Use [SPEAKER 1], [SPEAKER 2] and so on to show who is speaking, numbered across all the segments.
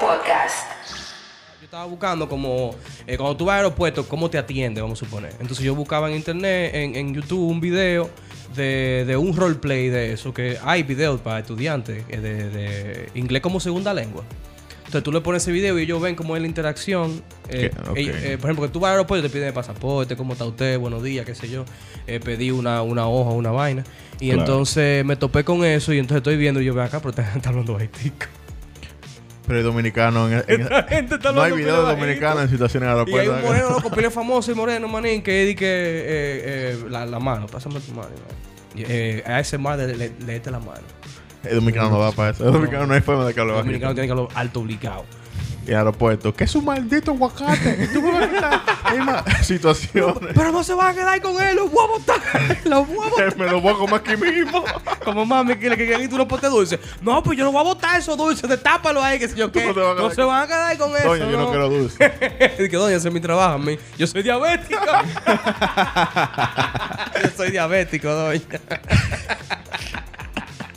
[SPEAKER 1] Podcast.
[SPEAKER 2] Yo estaba buscando como, eh, cuando tú vas al aeropuerto, cómo te atiende, vamos a suponer. Entonces yo buscaba en internet, en, en YouTube, un video de, de un roleplay de eso, que hay videos para estudiantes eh, de, de inglés como segunda lengua. Entonces tú le pones ese video y ellos ven cómo es la interacción. Eh,
[SPEAKER 3] Que- ok.
[SPEAKER 2] eh, eh, por ejemplo, que tú vas al aeropuerto y te piden el pasaporte, cómo está usted, buenos días, qué sé yo. Eh, pedí una, una hoja, una vaina. Y
[SPEAKER 3] Claro.
[SPEAKER 2] entonces me topé con eso y entonces estoy viendo y yo, ven acá, pero están están hablando baitico.
[SPEAKER 3] Pero el dominicano. En, en-
[SPEAKER 2] Esta gente está
[SPEAKER 3] no hay
[SPEAKER 2] hablando
[SPEAKER 3] video
[SPEAKER 2] pila
[SPEAKER 3] de dominicano en situaciones
[SPEAKER 2] Y
[SPEAKER 3] en
[SPEAKER 2] hay
[SPEAKER 3] aeropuerto.
[SPEAKER 2] un moreno, loco, pile famoso y moreno, manín, que di que eh, eh, la, la mano, pásame tu mano. ¿no? Y, Eh, a ese mar le, le, leete la mano.
[SPEAKER 3] ¿eh? el dominicano no va para eso. El dominicano no hay forma de que
[SPEAKER 2] El
[SPEAKER 3] hable
[SPEAKER 2] dominicano
[SPEAKER 3] bajito.
[SPEAKER 2] tiene que hablar alto obligado.
[SPEAKER 3] Y el aeropuerto. ¿Qué es un maldito aguacate? ¿Tú me vas a quitar? Hay más situaciones.
[SPEAKER 2] Pero no se va a quedar con él, los huevos están. Los huevos
[SPEAKER 3] Que Me lo voy a comer aquí mismo.
[SPEAKER 2] Como mami, que le que que tú no pones dulce. No, pues yo no voy a botar esos dulces, destápalo ahí, que sé yo qué.
[SPEAKER 3] No te vas a
[SPEAKER 2] No
[SPEAKER 3] quedar
[SPEAKER 2] se
[SPEAKER 3] con-
[SPEAKER 2] van a quedar con eso.
[SPEAKER 3] Doña, yo no quiero dulce.
[SPEAKER 2] Dije, doña, ese es mi trabajo, mí. Yo soy diabético. yo soy diabético, doña.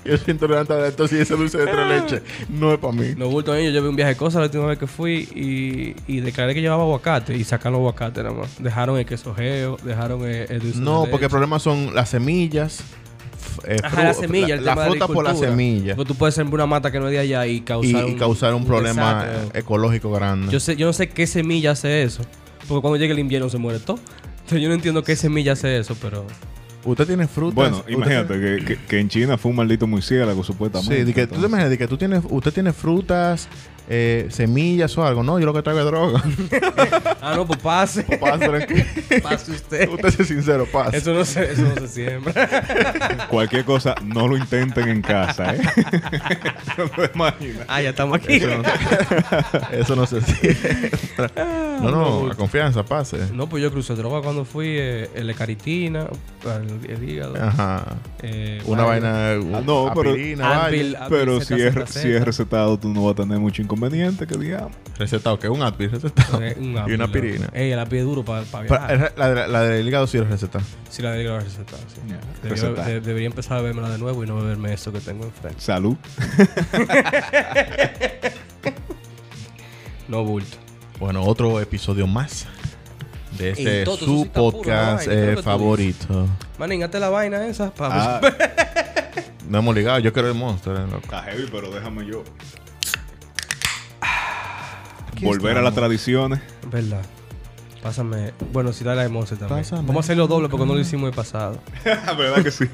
[SPEAKER 3] Yo soy intolerante a esto. Si ese dulce de tres
[SPEAKER 2] Eh.
[SPEAKER 3] leches no es para mí.
[SPEAKER 2] No bulto niño, yo vi un viaje de cosas la última vez que fui y, y declaré que llevaba aguacate y sacaron aguacate nada más. Dejaron el queso geo, dejaron el, el dulce
[SPEAKER 3] No,
[SPEAKER 2] de
[SPEAKER 3] porque el
[SPEAKER 2] leche.
[SPEAKER 3] problema son las semillas. f- eh,
[SPEAKER 2] Ajá,
[SPEAKER 3] fru-
[SPEAKER 2] la semilla, el
[SPEAKER 3] la,
[SPEAKER 2] tema de
[SPEAKER 3] fruta por la
[SPEAKER 2] agricultura.
[SPEAKER 3] semilla.
[SPEAKER 2] Porque tú puedes sembrar una mata que no es de allá y
[SPEAKER 3] Y,
[SPEAKER 2] causar,
[SPEAKER 3] y causar un problema
[SPEAKER 2] desastre.
[SPEAKER 3] eh, ecológico grande.
[SPEAKER 2] Yo, sé, yo no sé qué semilla hace eso. Porque cuando llegue el invierno se muere todo. Entonces yo no entiendo qué semilla hace eso, pero.
[SPEAKER 3] ¿Usted tiene frutas?
[SPEAKER 4] Bueno,
[SPEAKER 3] ¿Usted
[SPEAKER 4] imagínate
[SPEAKER 3] tiene-
[SPEAKER 4] que, que- que en China fue un maldito murciélago, supuestamente.
[SPEAKER 3] Sí, de que, tú te
[SPEAKER 4] Entonces,
[SPEAKER 3] imaginas de que tú tienes, usted tiene frutas, eh, semillas o algo. No, yo lo que traigo es droga.
[SPEAKER 2] Ah, no, pues pase.
[SPEAKER 3] Pase tranquilo.
[SPEAKER 2] Pues pase usted.
[SPEAKER 3] Usted es sincero, pase.
[SPEAKER 2] Eso no se, eso no se siembra.
[SPEAKER 4] Cualquier cosa, no lo intenten en casa, ¿eh? no te imaginas.
[SPEAKER 2] Ah, ya estamos aquí.
[SPEAKER 3] Eso no sé si.
[SPEAKER 2] Ah,
[SPEAKER 3] No, no, a confianza, pase.
[SPEAKER 2] No, pues yo crucé droga cuando fui, eh, el caritina, el, el hígado.
[SPEAKER 3] Ajá.
[SPEAKER 2] eh,
[SPEAKER 3] Ah, Una
[SPEAKER 2] varios-
[SPEAKER 3] vaina. un-
[SPEAKER 4] no, pero-
[SPEAKER 3] aspirina, vaya.
[SPEAKER 2] Advil, Advil
[SPEAKER 4] Pero si es,
[SPEAKER 2] ZZZ.
[SPEAKER 4] si es recetado, tú no vas a tener mucho inconveniente, que digamos.
[SPEAKER 3] Recetado, que un Advil recetado.
[SPEAKER 2] Eh, un
[SPEAKER 3] y
[SPEAKER 2] Advil,
[SPEAKER 3] una
[SPEAKER 2] loco.
[SPEAKER 3] aspirina.
[SPEAKER 2] Ey, el api es duro para pa
[SPEAKER 3] Pa-
[SPEAKER 2] viajar.
[SPEAKER 3] eh, la, de- la del hígado sí es receta.
[SPEAKER 2] Si la debería recetar, sí.
[SPEAKER 4] Ya,
[SPEAKER 3] pues
[SPEAKER 2] Debería-
[SPEAKER 4] recetar.
[SPEAKER 2] de- debería empezar a bebérmela de nuevo y no beberme esto que tengo enfrente.
[SPEAKER 4] Salud.
[SPEAKER 2] No bulto.
[SPEAKER 3] Bueno, otro episodio más de este
[SPEAKER 2] Ey, Toto, tú sí
[SPEAKER 3] su
[SPEAKER 2] estás puro,
[SPEAKER 3] podcast
[SPEAKER 2] ¿no? Ay, yo creo
[SPEAKER 3] eh,
[SPEAKER 2] que tú
[SPEAKER 3] favorito.
[SPEAKER 2] Manín, hazte la vaina esa. Pa, pues,
[SPEAKER 3] pues.
[SPEAKER 4] Ah,
[SPEAKER 3] No hemos ligado, yo quiero el monster. eh, loco.
[SPEAKER 4] está heavy, pero déjame yo.
[SPEAKER 3] Aquí
[SPEAKER 4] Volver a las
[SPEAKER 3] estamos.
[SPEAKER 4] tradiciones.
[SPEAKER 2] Verdad. Pásame. Bueno, si da la de Monster también.
[SPEAKER 3] Pásame.
[SPEAKER 2] Vamos a hacerlo doble porque no lo hicimos el pasado.
[SPEAKER 4] Ah, ¿Verdad que sí?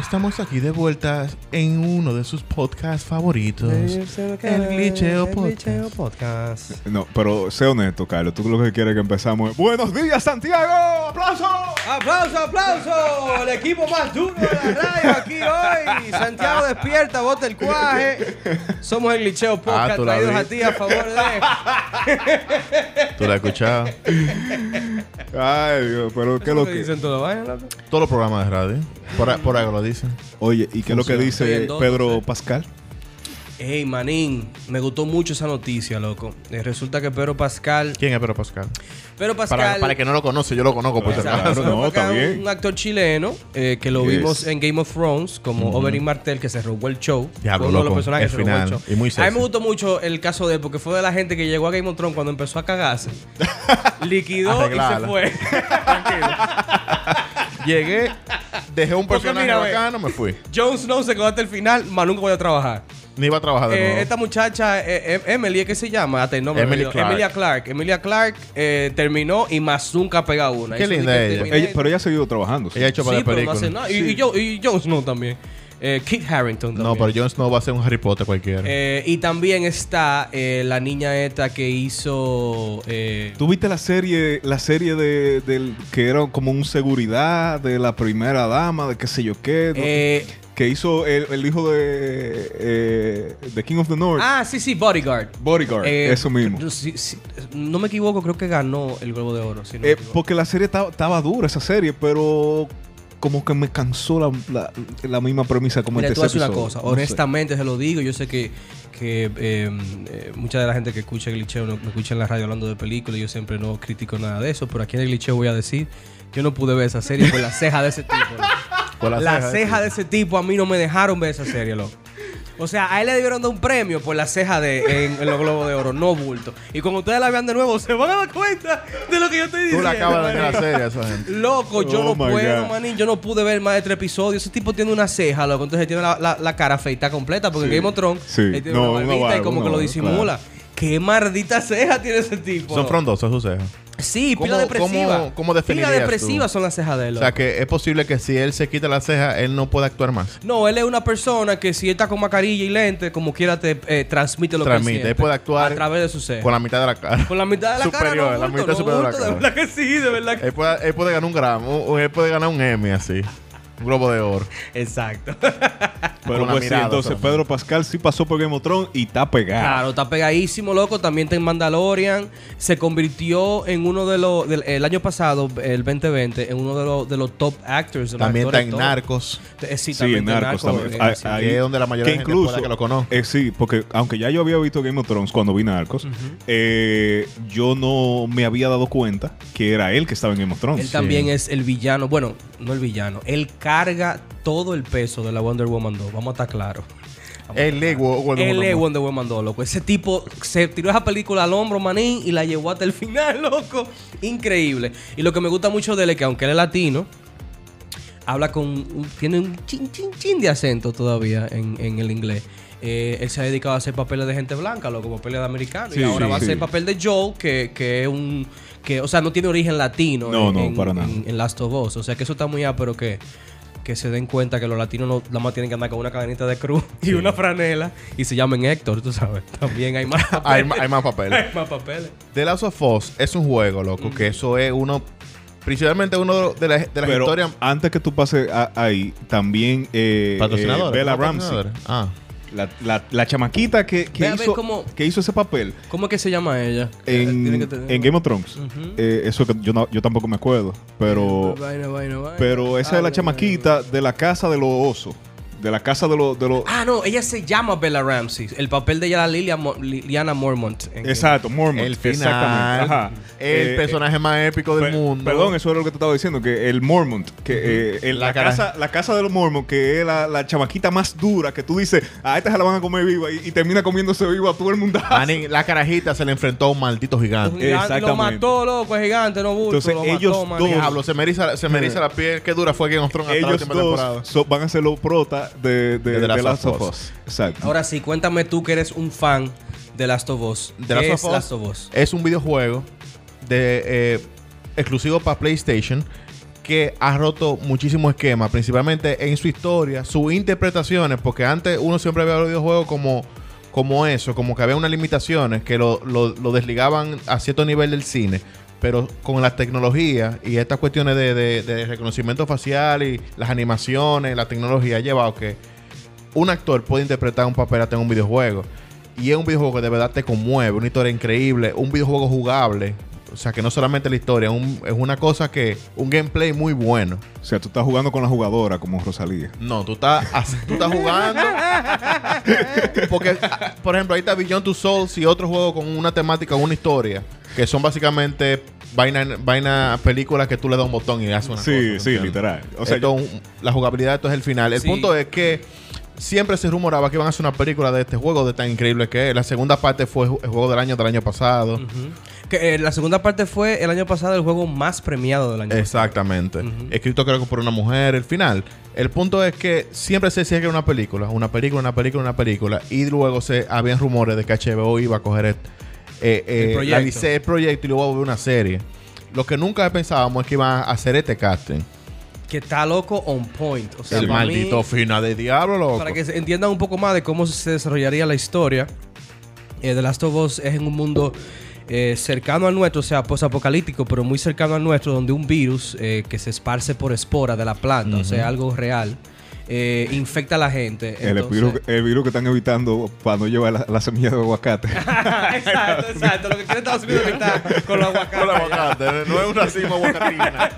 [SPEAKER 3] Estamos aquí de vuelta en uno de sus podcasts favoritos. El glitcheo podcast.
[SPEAKER 2] podcast.
[SPEAKER 4] No, pero sé honesto, Carlos. Tú lo que quieres que empezamos es... ¡Buenos días, Santiago! ¡Aplausos!
[SPEAKER 2] ¡Aplauso, aplauso! El equipo más duro de la radio aquí hoy. Santiago despierta, bota el cuaje. Somos el Glitcheo Podcast,
[SPEAKER 3] Ah, tú la
[SPEAKER 2] traídos
[SPEAKER 3] vi.
[SPEAKER 2] a ti a favor de.
[SPEAKER 3] ¿Tú la has escuchado?
[SPEAKER 4] Ay, Dios, pero ¿qué es lo que...?
[SPEAKER 2] dicen toda la vaina, loco?
[SPEAKER 3] Todos los programas de radio. Por, a- por algo lo dicen.
[SPEAKER 4] Oye, ¿y qué es lo que
[SPEAKER 2] Funciona. Estoy
[SPEAKER 4] dice
[SPEAKER 2] en dos, no
[SPEAKER 4] Pedro
[SPEAKER 2] sé.
[SPEAKER 4] Pascal?
[SPEAKER 2] Ey, manín, me gustó mucho esa noticia, loco. Eh, Resulta que Pedro Pascal.
[SPEAKER 3] ¿Quién es Pedro Pascal?
[SPEAKER 2] Pedro Pascal.
[SPEAKER 3] Para, para el que no lo conoce, yo lo conozco. Por si
[SPEAKER 2] Exacto.
[SPEAKER 3] acaso.
[SPEAKER 4] Claro, no,
[SPEAKER 2] Pedro Pascal,
[SPEAKER 4] está bien.
[SPEAKER 2] Un actor chileno eh, que lo
[SPEAKER 4] Yes.
[SPEAKER 2] vimos en Game of Thrones como Oberyn Martel que se robó el show.
[SPEAKER 3] Mm-hmm. Diablo,
[SPEAKER 2] Fue uno de los
[SPEAKER 3] loco,
[SPEAKER 2] personajes
[SPEAKER 3] el
[SPEAKER 2] que se robó el
[SPEAKER 3] final.
[SPEAKER 2] show.
[SPEAKER 3] Y muy
[SPEAKER 2] a mí
[SPEAKER 3] sexy.
[SPEAKER 2] me gustó mucho el caso de él porque fue de la gente que llegó a Game of Thrones cuando empezó a cagarse. liquidó y se
[SPEAKER 3] Arreglala.
[SPEAKER 2] fue.
[SPEAKER 3] Llegué, dejé un
[SPEAKER 2] Porque
[SPEAKER 3] personaje
[SPEAKER 2] mira, ve.
[SPEAKER 3] bacano, me fui.
[SPEAKER 2] Jon Snow se quedó hasta el final, más nunca voy a trabajar.
[SPEAKER 3] Ni iba a trabajar de
[SPEAKER 2] Eh,
[SPEAKER 3] nuevo.
[SPEAKER 2] esta muchacha, eh, em- Emily, ¿qué se llama? Hasta el nombre
[SPEAKER 3] Emily
[SPEAKER 2] me olvidó.
[SPEAKER 3] Clark.
[SPEAKER 2] Emilia Clark. Emilia Clark eh, terminó y más nunca pega una.
[SPEAKER 3] Qué
[SPEAKER 2] Hizo de
[SPEAKER 3] linda
[SPEAKER 2] que
[SPEAKER 3] ella.
[SPEAKER 2] terminé-
[SPEAKER 4] Ella- pero ella ha seguido trabajando. sí.
[SPEAKER 3] Ella ha hecho para
[SPEAKER 2] Sí,
[SPEAKER 3] la
[SPEAKER 2] pero no
[SPEAKER 3] película.
[SPEAKER 2] hace nada. Y, y, Jon- y Jon Snow también. Eh, Kit Harrington también.
[SPEAKER 3] No, pero Jon Snow va a ser un Harry Potter cualquiera.
[SPEAKER 2] Eh, y también está eh, la niña esta que hizo. eh,
[SPEAKER 4] ¿Tú viste la serie, la serie de, del- que era como un seguridad de la primera dama, de qué sé yo qué? no-
[SPEAKER 2] eh,
[SPEAKER 4] que hizo el, el hijo de eh, The King of the North.
[SPEAKER 2] ah, sí, sí, Bodyguard.
[SPEAKER 4] Bodyguard,
[SPEAKER 2] Eh,
[SPEAKER 4] eso mismo.
[SPEAKER 2] no, sí, sí, no me equivoco, creo que ganó el Globo de Oro. si no me
[SPEAKER 4] Eh,
[SPEAKER 2] equivoco.
[SPEAKER 4] porque la serie estaba, estaba dura, esa serie, pero como que me cansó la, la- la misma premisa como
[SPEAKER 2] Mira,
[SPEAKER 4] este
[SPEAKER 2] tú haces una
[SPEAKER 4] episodio.
[SPEAKER 2] cosa,
[SPEAKER 4] No sé.
[SPEAKER 2] honestamente se lo digo, yo sé que, que eh, eh, mucha de la gente que escucha el glitcheo no- me escucha en la radio hablando de películas, yo siempre no critico nada de eso, pero aquí en el glitcheo voy a decir, yo no pude ver esa serie por la ceja de ese tipo. loco.
[SPEAKER 3] Con
[SPEAKER 2] La, ceja de ese tipo a mí no me dejaron ver esa serie, loco. O sea, a él le dieron un premio por la ceja de, en, en los Globos de Oro, no bulto. Y cuando ustedes la vean de nuevo, se van a dar cuenta de lo que yo estoy
[SPEAKER 3] Tú
[SPEAKER 2] diciendo.
[SPEAKER 3] la acabas de
[SPEAKER 2] marico.
[SPEAKER 3] ver hacer a esa gente.
[SPEAKER 2] Loco, yo
[SPEAKER 4] Oh
[SPEAKER 2] no
[SPEAKER 4] my
[SPEAKER 2] puedo,
[SPEAKER 4] God.
[SPEAKER 2] manín. Yo no pude ver más de tres episodios. Ese tipo tiene una ceja, loco. Entonces tiene la, la- la cara feita completa. Porque
[SPEAKER 4] Sí.
[SPEAKER 2] Game of Thrones
[SPEAKER 4] Sí.
[SPEAKER 2] él tiene
[SPEAKER 4] No,
[SPEAKER 2] una
[SPEAKER 4] una
[SPEAKER 2] barbita y
[SPEAKER 4] barba,
[SPEAKER 2] como
[SPEAKER 4] una
[SPEAKER 2] que lo
[SPEAKER 4] barba,
[SPEAKER 2] disimula. Qué maldita ceja tiene ese tipo.
[SPEAKER 3] Son frondosas sus cejas.
[SPEAKER 2] Sí,
[SPEAKER 3] ¿Cómo-
[SPEAKER 2] pila depresiva.
[SPEAKER 3] cómo- cómo
[SPEAKER 2] Pila
[SPEAKER 3] definirías
[SPEAKER 2] depresiva
[SPEAKER 3] tú?
[SPEAKER 2] son las cejas de él.
[SPEAKER 3] O
[SPEAKER 2] loco.
[SPEAKER 3] sea que es posible que si él se quita la ceja, él no pueda actuar más.
[SPEAKER 2] No, él es una persona que si está con mascarilla y lente, como quiera te eh, transmite lo
[SPEAKER 3] Transmite.
[SPEAKER 2] que siente.
[SPEAKER 3] Él puede actuar
[SPEAKER 2] a través de su ceja.
[SPEAKER 3] Con la mitad de la cara.
[SPEAKER 2] Con la mitad de la
[SPEAKER 3] Superior,
[SPEAKER 2] cara.
[SPEAKER 3] la
[SPEAKER 2] no, bulto,
[SPEAKER 3] mitad
[SPEAKER 2] no,
[SPEAKER 3] superior de la
[SPEAKER 2] bulto,
[SPEAKER 3] cara. Eh,
[SPEAKER 2] De verdad que sí, de verdad que
[SPEAKER 3] Él puede, él puede ganar un gramo, o él puede ganar un Emmy así. Un globo de oro.
[SPEAKER 2] Exacto.
[SPEAKER 4] Pero
[SPEAKER 3] Con la
[SPEAKER 4] pues sí,
[SPEAKER 3] mirada,
[SPEAKER 4] entonces
[SPEAKER 3] solamente.
[SPEAKER 4] Pedro Pascal sí pasó por Game of Thrones y está pegado.
[SPEAKER 2] Claro, está pegadísimo, loco. También está en Mandalorian. Se convirtió en uno de los. del- el año pasado, el 2020, en uno de los, de los top actors. de los
[SPEAKER 3] También está
[SPEAKER 2] actores
[SPEAKER 3] en
[SPEAKER 2] top.
[SPEAKER 3] Narcos.
[SPEAKER 2] Eh, Sí,
[SPEAKER 4] Sí,
[SPEAKER 2] también
[SPEAKER 4] en
[SPEAKER 2] está en
[SPEAKER 4] Narcos
[SPEAKER 2] Narcos,
[SPEAKER 4] también.
[SPEAKER 2] eh,
[SPEAKER 4] Ahí-
[SPEAKER 2] sí.
[SPEAKER 4] ahí-
[SPEAKER 3] Que es donde la mayoría
[SPEAKER 4] que
[SPEAKER 3] de gente
[SPEAKER 4] incluso,
[SPEAKER 3] pueda que lo conozca.
[SPEAKER 4] eh, sí, porque aunque ya yo había visto Game of Thrones cuando vi Narcos, eh, yo no me había dado cuenta que era él que estaba en Game of Thrones.
[SPEAKER 2] Él también es el villano. Bueno, no el villano. Él carga todo el peso de la Wonder Woman 2. Vamos a estar claros. Vamos a estar
[SPEAKER 3] El ego. o
[SPEAKER 2] Él es
[SPEAKER 3] ego.
[SPEAKER 2] Wonder Woman 2, loco. Ese tipo se tiró esa película al hombro, manín, y la llevó hasta el final, loco. Increíble. Y lo que me gusta mucho de él es que, aunque él es latino, habla con. un- tiene un chin, chin, chin de acento todavía en, en el inglés. Eh, él se ha dedicado a hacer papeles de gente blanca, loco, papeles de americano. y
[SPEAKER 4] Sí,
[SPEAKER 2] ahora
[SPEAKER 4] sí,
[SPEAKER 2] va a
[SPEAKER 4] sí.
[SPEAKER 2] hacer papel de Joe, que, que es un. que, o sea, no tiene origen latino.
[SPEAKER 4] No,
[SPEAKER 2] en,
[SPEAKER 4] no,
[SPEAKER 2] en-
[SPEAKER 4] para nada.
[SPEAKER 2] En, en Last of Us. O sea, que eso está muy a, pero que. Que se den cuenta que los latinos no, nada más tienen que andar con una cadenita de cruz y una franela y se llamen Héctor, tú sabes. También hay más papeles.
[SPEAKER 3] Hay, ma- hay más papeles.
[SPEAKER 2] Hay más papeles.
[SPEAKER 3] The Last of Us es un juego, loco. Que eso es uno. Principalmente uno de las de las
[SPEAKER 4] Pero
[SPEAKER 3] historias.
[SPEAKER 4] antes que tú pases a- ahí, también eh, eh,
[SPEAKER 3] Patrocinadores,
[SPEAKER 4] Bella
[SPEAKER 3] ¿no?
[SPEAKER 4] Ramsey,
[SPEAKER 3] Patrocinadores. Ah.
[SPEAKER 4] la, la- la chamaquita que, que
[SPEAKER 2] Ve a ver
[SPEAKER 4] hizo,
[SPEAKER 2] cómo-
[SPEAKER 4] que hizo ese papel
[SPEAKER 2] ¿Cómo es que se llama ella?
[SPEAKER 3] Eh,
[SPEAKER 2] Tiene
[SPEAKER 4] en,
[SPEAKER 2] que tener-
[SPEAKER 4] en Game of Thrones.
[SPEAKER 2] Ujú.
[SPEAKER 4] Eh, eso que yo, no- yo tampoco me acuerdo, pero...
[SPEAKER 2] Vaina, vaina, vaina.
[SPEAKER 4] Pero esa es la
[SPEAKER 2] Ay,
[SPEAKER 4] chamaquita de la casa de los osos. De la casa de los. De los
[SPEAKER 2] Ah, no, ella se llama Bella Ramsey. El papel de ella era Lilia Mo- Liliana Mormont. en-
[SPEAKER 4] exacto, Mormont.
[SPEAKER 3] El final.
[SPEAKER 4] Exactamente. Ajá.
[SPEAKER 3] El
[SPEAKER 4] Eh,
[SPEAKER 3] personaje más épico
[SPEAKER 4] eh,
[SPEAKER 3] del
[SPEAKER 4] pe-
[SPEAKER 3] mundo.
[SPEAKER 4] Perdón, eso era lo que te estaba diciendo, que el Mormont, que eh, el-
[SPEAKER 3] La
[SPEAKER 4] la,
[SPEAKER 3] cara-
[SPEAKER 4] casa, la casa de los Mormont, que es la, la chamaquita más dura, que tú dices, a esta se la van a comer viva y, y termina comiéndose viva a todo el mundo.
[SPEAKER 3] Manny, la carajita se le enfrentó a un maldito
[SPEAKER 2] Un
[SPEAKER 3] gigante.
[SPEAKER 2] gigante, Lo
[SPEAKER 4] Exactamente.
[SPEAKER 2] mató, loco, es gigante, no bulto.
[SPEAKER 4] Entonces,
[SPEAKER 2] lo
[SPEAKER 4] ellos
[SPEAKER 2] mató, man.
[SPEAKER 4] dos-
[SPEAKER 3] Diablo, se me eriza, se me eriza la piel. Qué dura fue Game of Thrones hasta la
[SPEAKER 4] Ellos
[SPEAKER 3] última temporada.
[SPEAKER 4] dos so- van a ser los protas
[SPEAKER 3] De
[SPEAKER 4] de, de,
[SPEAKER 3] The
[SPEAKER 4] de
[SPEAKER 3] Last
[SPEAKER 4] Last
[SPEAKER 3] of
[SPEAKER 4] of
[SPEAKER 3] Us.
[SPEAKER 4] Us. Exacto.
[SPEAKER 2] Ahora sí, cuéntame tú que eres un fan de Last of Us.
[SPEAKER 3] The Last
[SPEAKER 2] ¿Qué
[SPEAKER 3] of
[SPEAKER 2] es
[SPEAKER 3] Us?
[SPEAKER 2] Last of Us?
[SPEAKER 3] Es un videojuego de eh, exclusivo para PlayStation que ha roto muchísimos esquemas, principalmente en su historia, sus interpretaciones, porque antes uno siempre veía los videojuegos como, como eso, como que había unas limitaciones que lo, lo- lo desligaban a cierto nivel del cine. Pero con las tecnologías y estas cuestiones de, de- de reconocimiento facial y las animaciones, la tecnología ha llevado que un actor puede interpretar un papel hasta en un videojuego. Y es un videojuego que de verdad te conmueve, una historia increíble, un videojuego jugable. O sea, que no solamente la historia, es un- es una cosa que. Un gameplay muy bueno.
[SPEAKER 4] O sea, tú estás jugando con la jugadora como Rosalía.
[SPEAKER 3] No, tú estás, as- tú estás jugando. Porque, ah, por ejemplo, ahí está Beyond Two Souls y otro juego con una temática, una historia. Que son básicamente vaina, vaina películas que tú le das un botón y haces una cosa.
[SPEAKER 4] Sí,
[SPEAKER 3] ¿me
[SPEAKER 4] sí,
[SPEAKER 3] entiendes?
[SPEAKER 4] literal. O sea,
[SPEAKER 3] Esto es un- la jugabilidad, esto es el final. El
[SPEAKER 2] Sí.
[SPEAKER 3] punto es que siempre se rumoraba que iban a hacer una película de este juego, de tan increíble que es. La segunda parte fue ju- el juego del año del año pasado.
[SPEAKER 2] Ujú. Que, eh, la segunda parte fue el año pasado el juego más premiado del año.
[SPEAKER 3] Exactamente.
[SPEAKER 2] Ujú.
[SPEAKER 3] Escrito creo que por una mujer, el final. El punto es que siempre se decía que era una película, una película, una película, una película. Y luego se habían rumores de que HBO iba a coger et- eh, eh,
[SPEAKER 2] El
[SPEAKER 3] la
[SPEAKER 2] proyecto.
[SPEAKER 3] lice- el proyecto y luego volver una serie. Lo que nunca pensábamos es que iban a hacer este casting.
[SPEAKER 2] Que está loco on point. O sea,
[SPEAKER 3] el
[SPEAKER 2] para mí-
[SPEAKER 3] maldito final de diablo, loco.
[SPEAKER 2] Para que se entiendan un poco más de cómo se desarrollaría la historia, eh, The Last of Us es en un mundo eh, cercano al nuestro, o sea, posapocalíptico, pero muy cercano al nuestro, donde un virus eh, que se esparce por espora de la planta, o sea, algo real, eh, infecta a la gente.
[SPEAKER 4] El,
[SPEAKER 2] Entonces-
[SPEAKER 4] virus, el virus que están evitando para no llevar la, la semilla de aguacate.
[SPEAKER 2] exacto, exacto. Lo que quiere Estados Unidos es que está con los
[SPEAKER 3] Con la
[SPEAKER 2] aguacates.
[SPEAKER 3] aguacate, no es una cima aguacatina.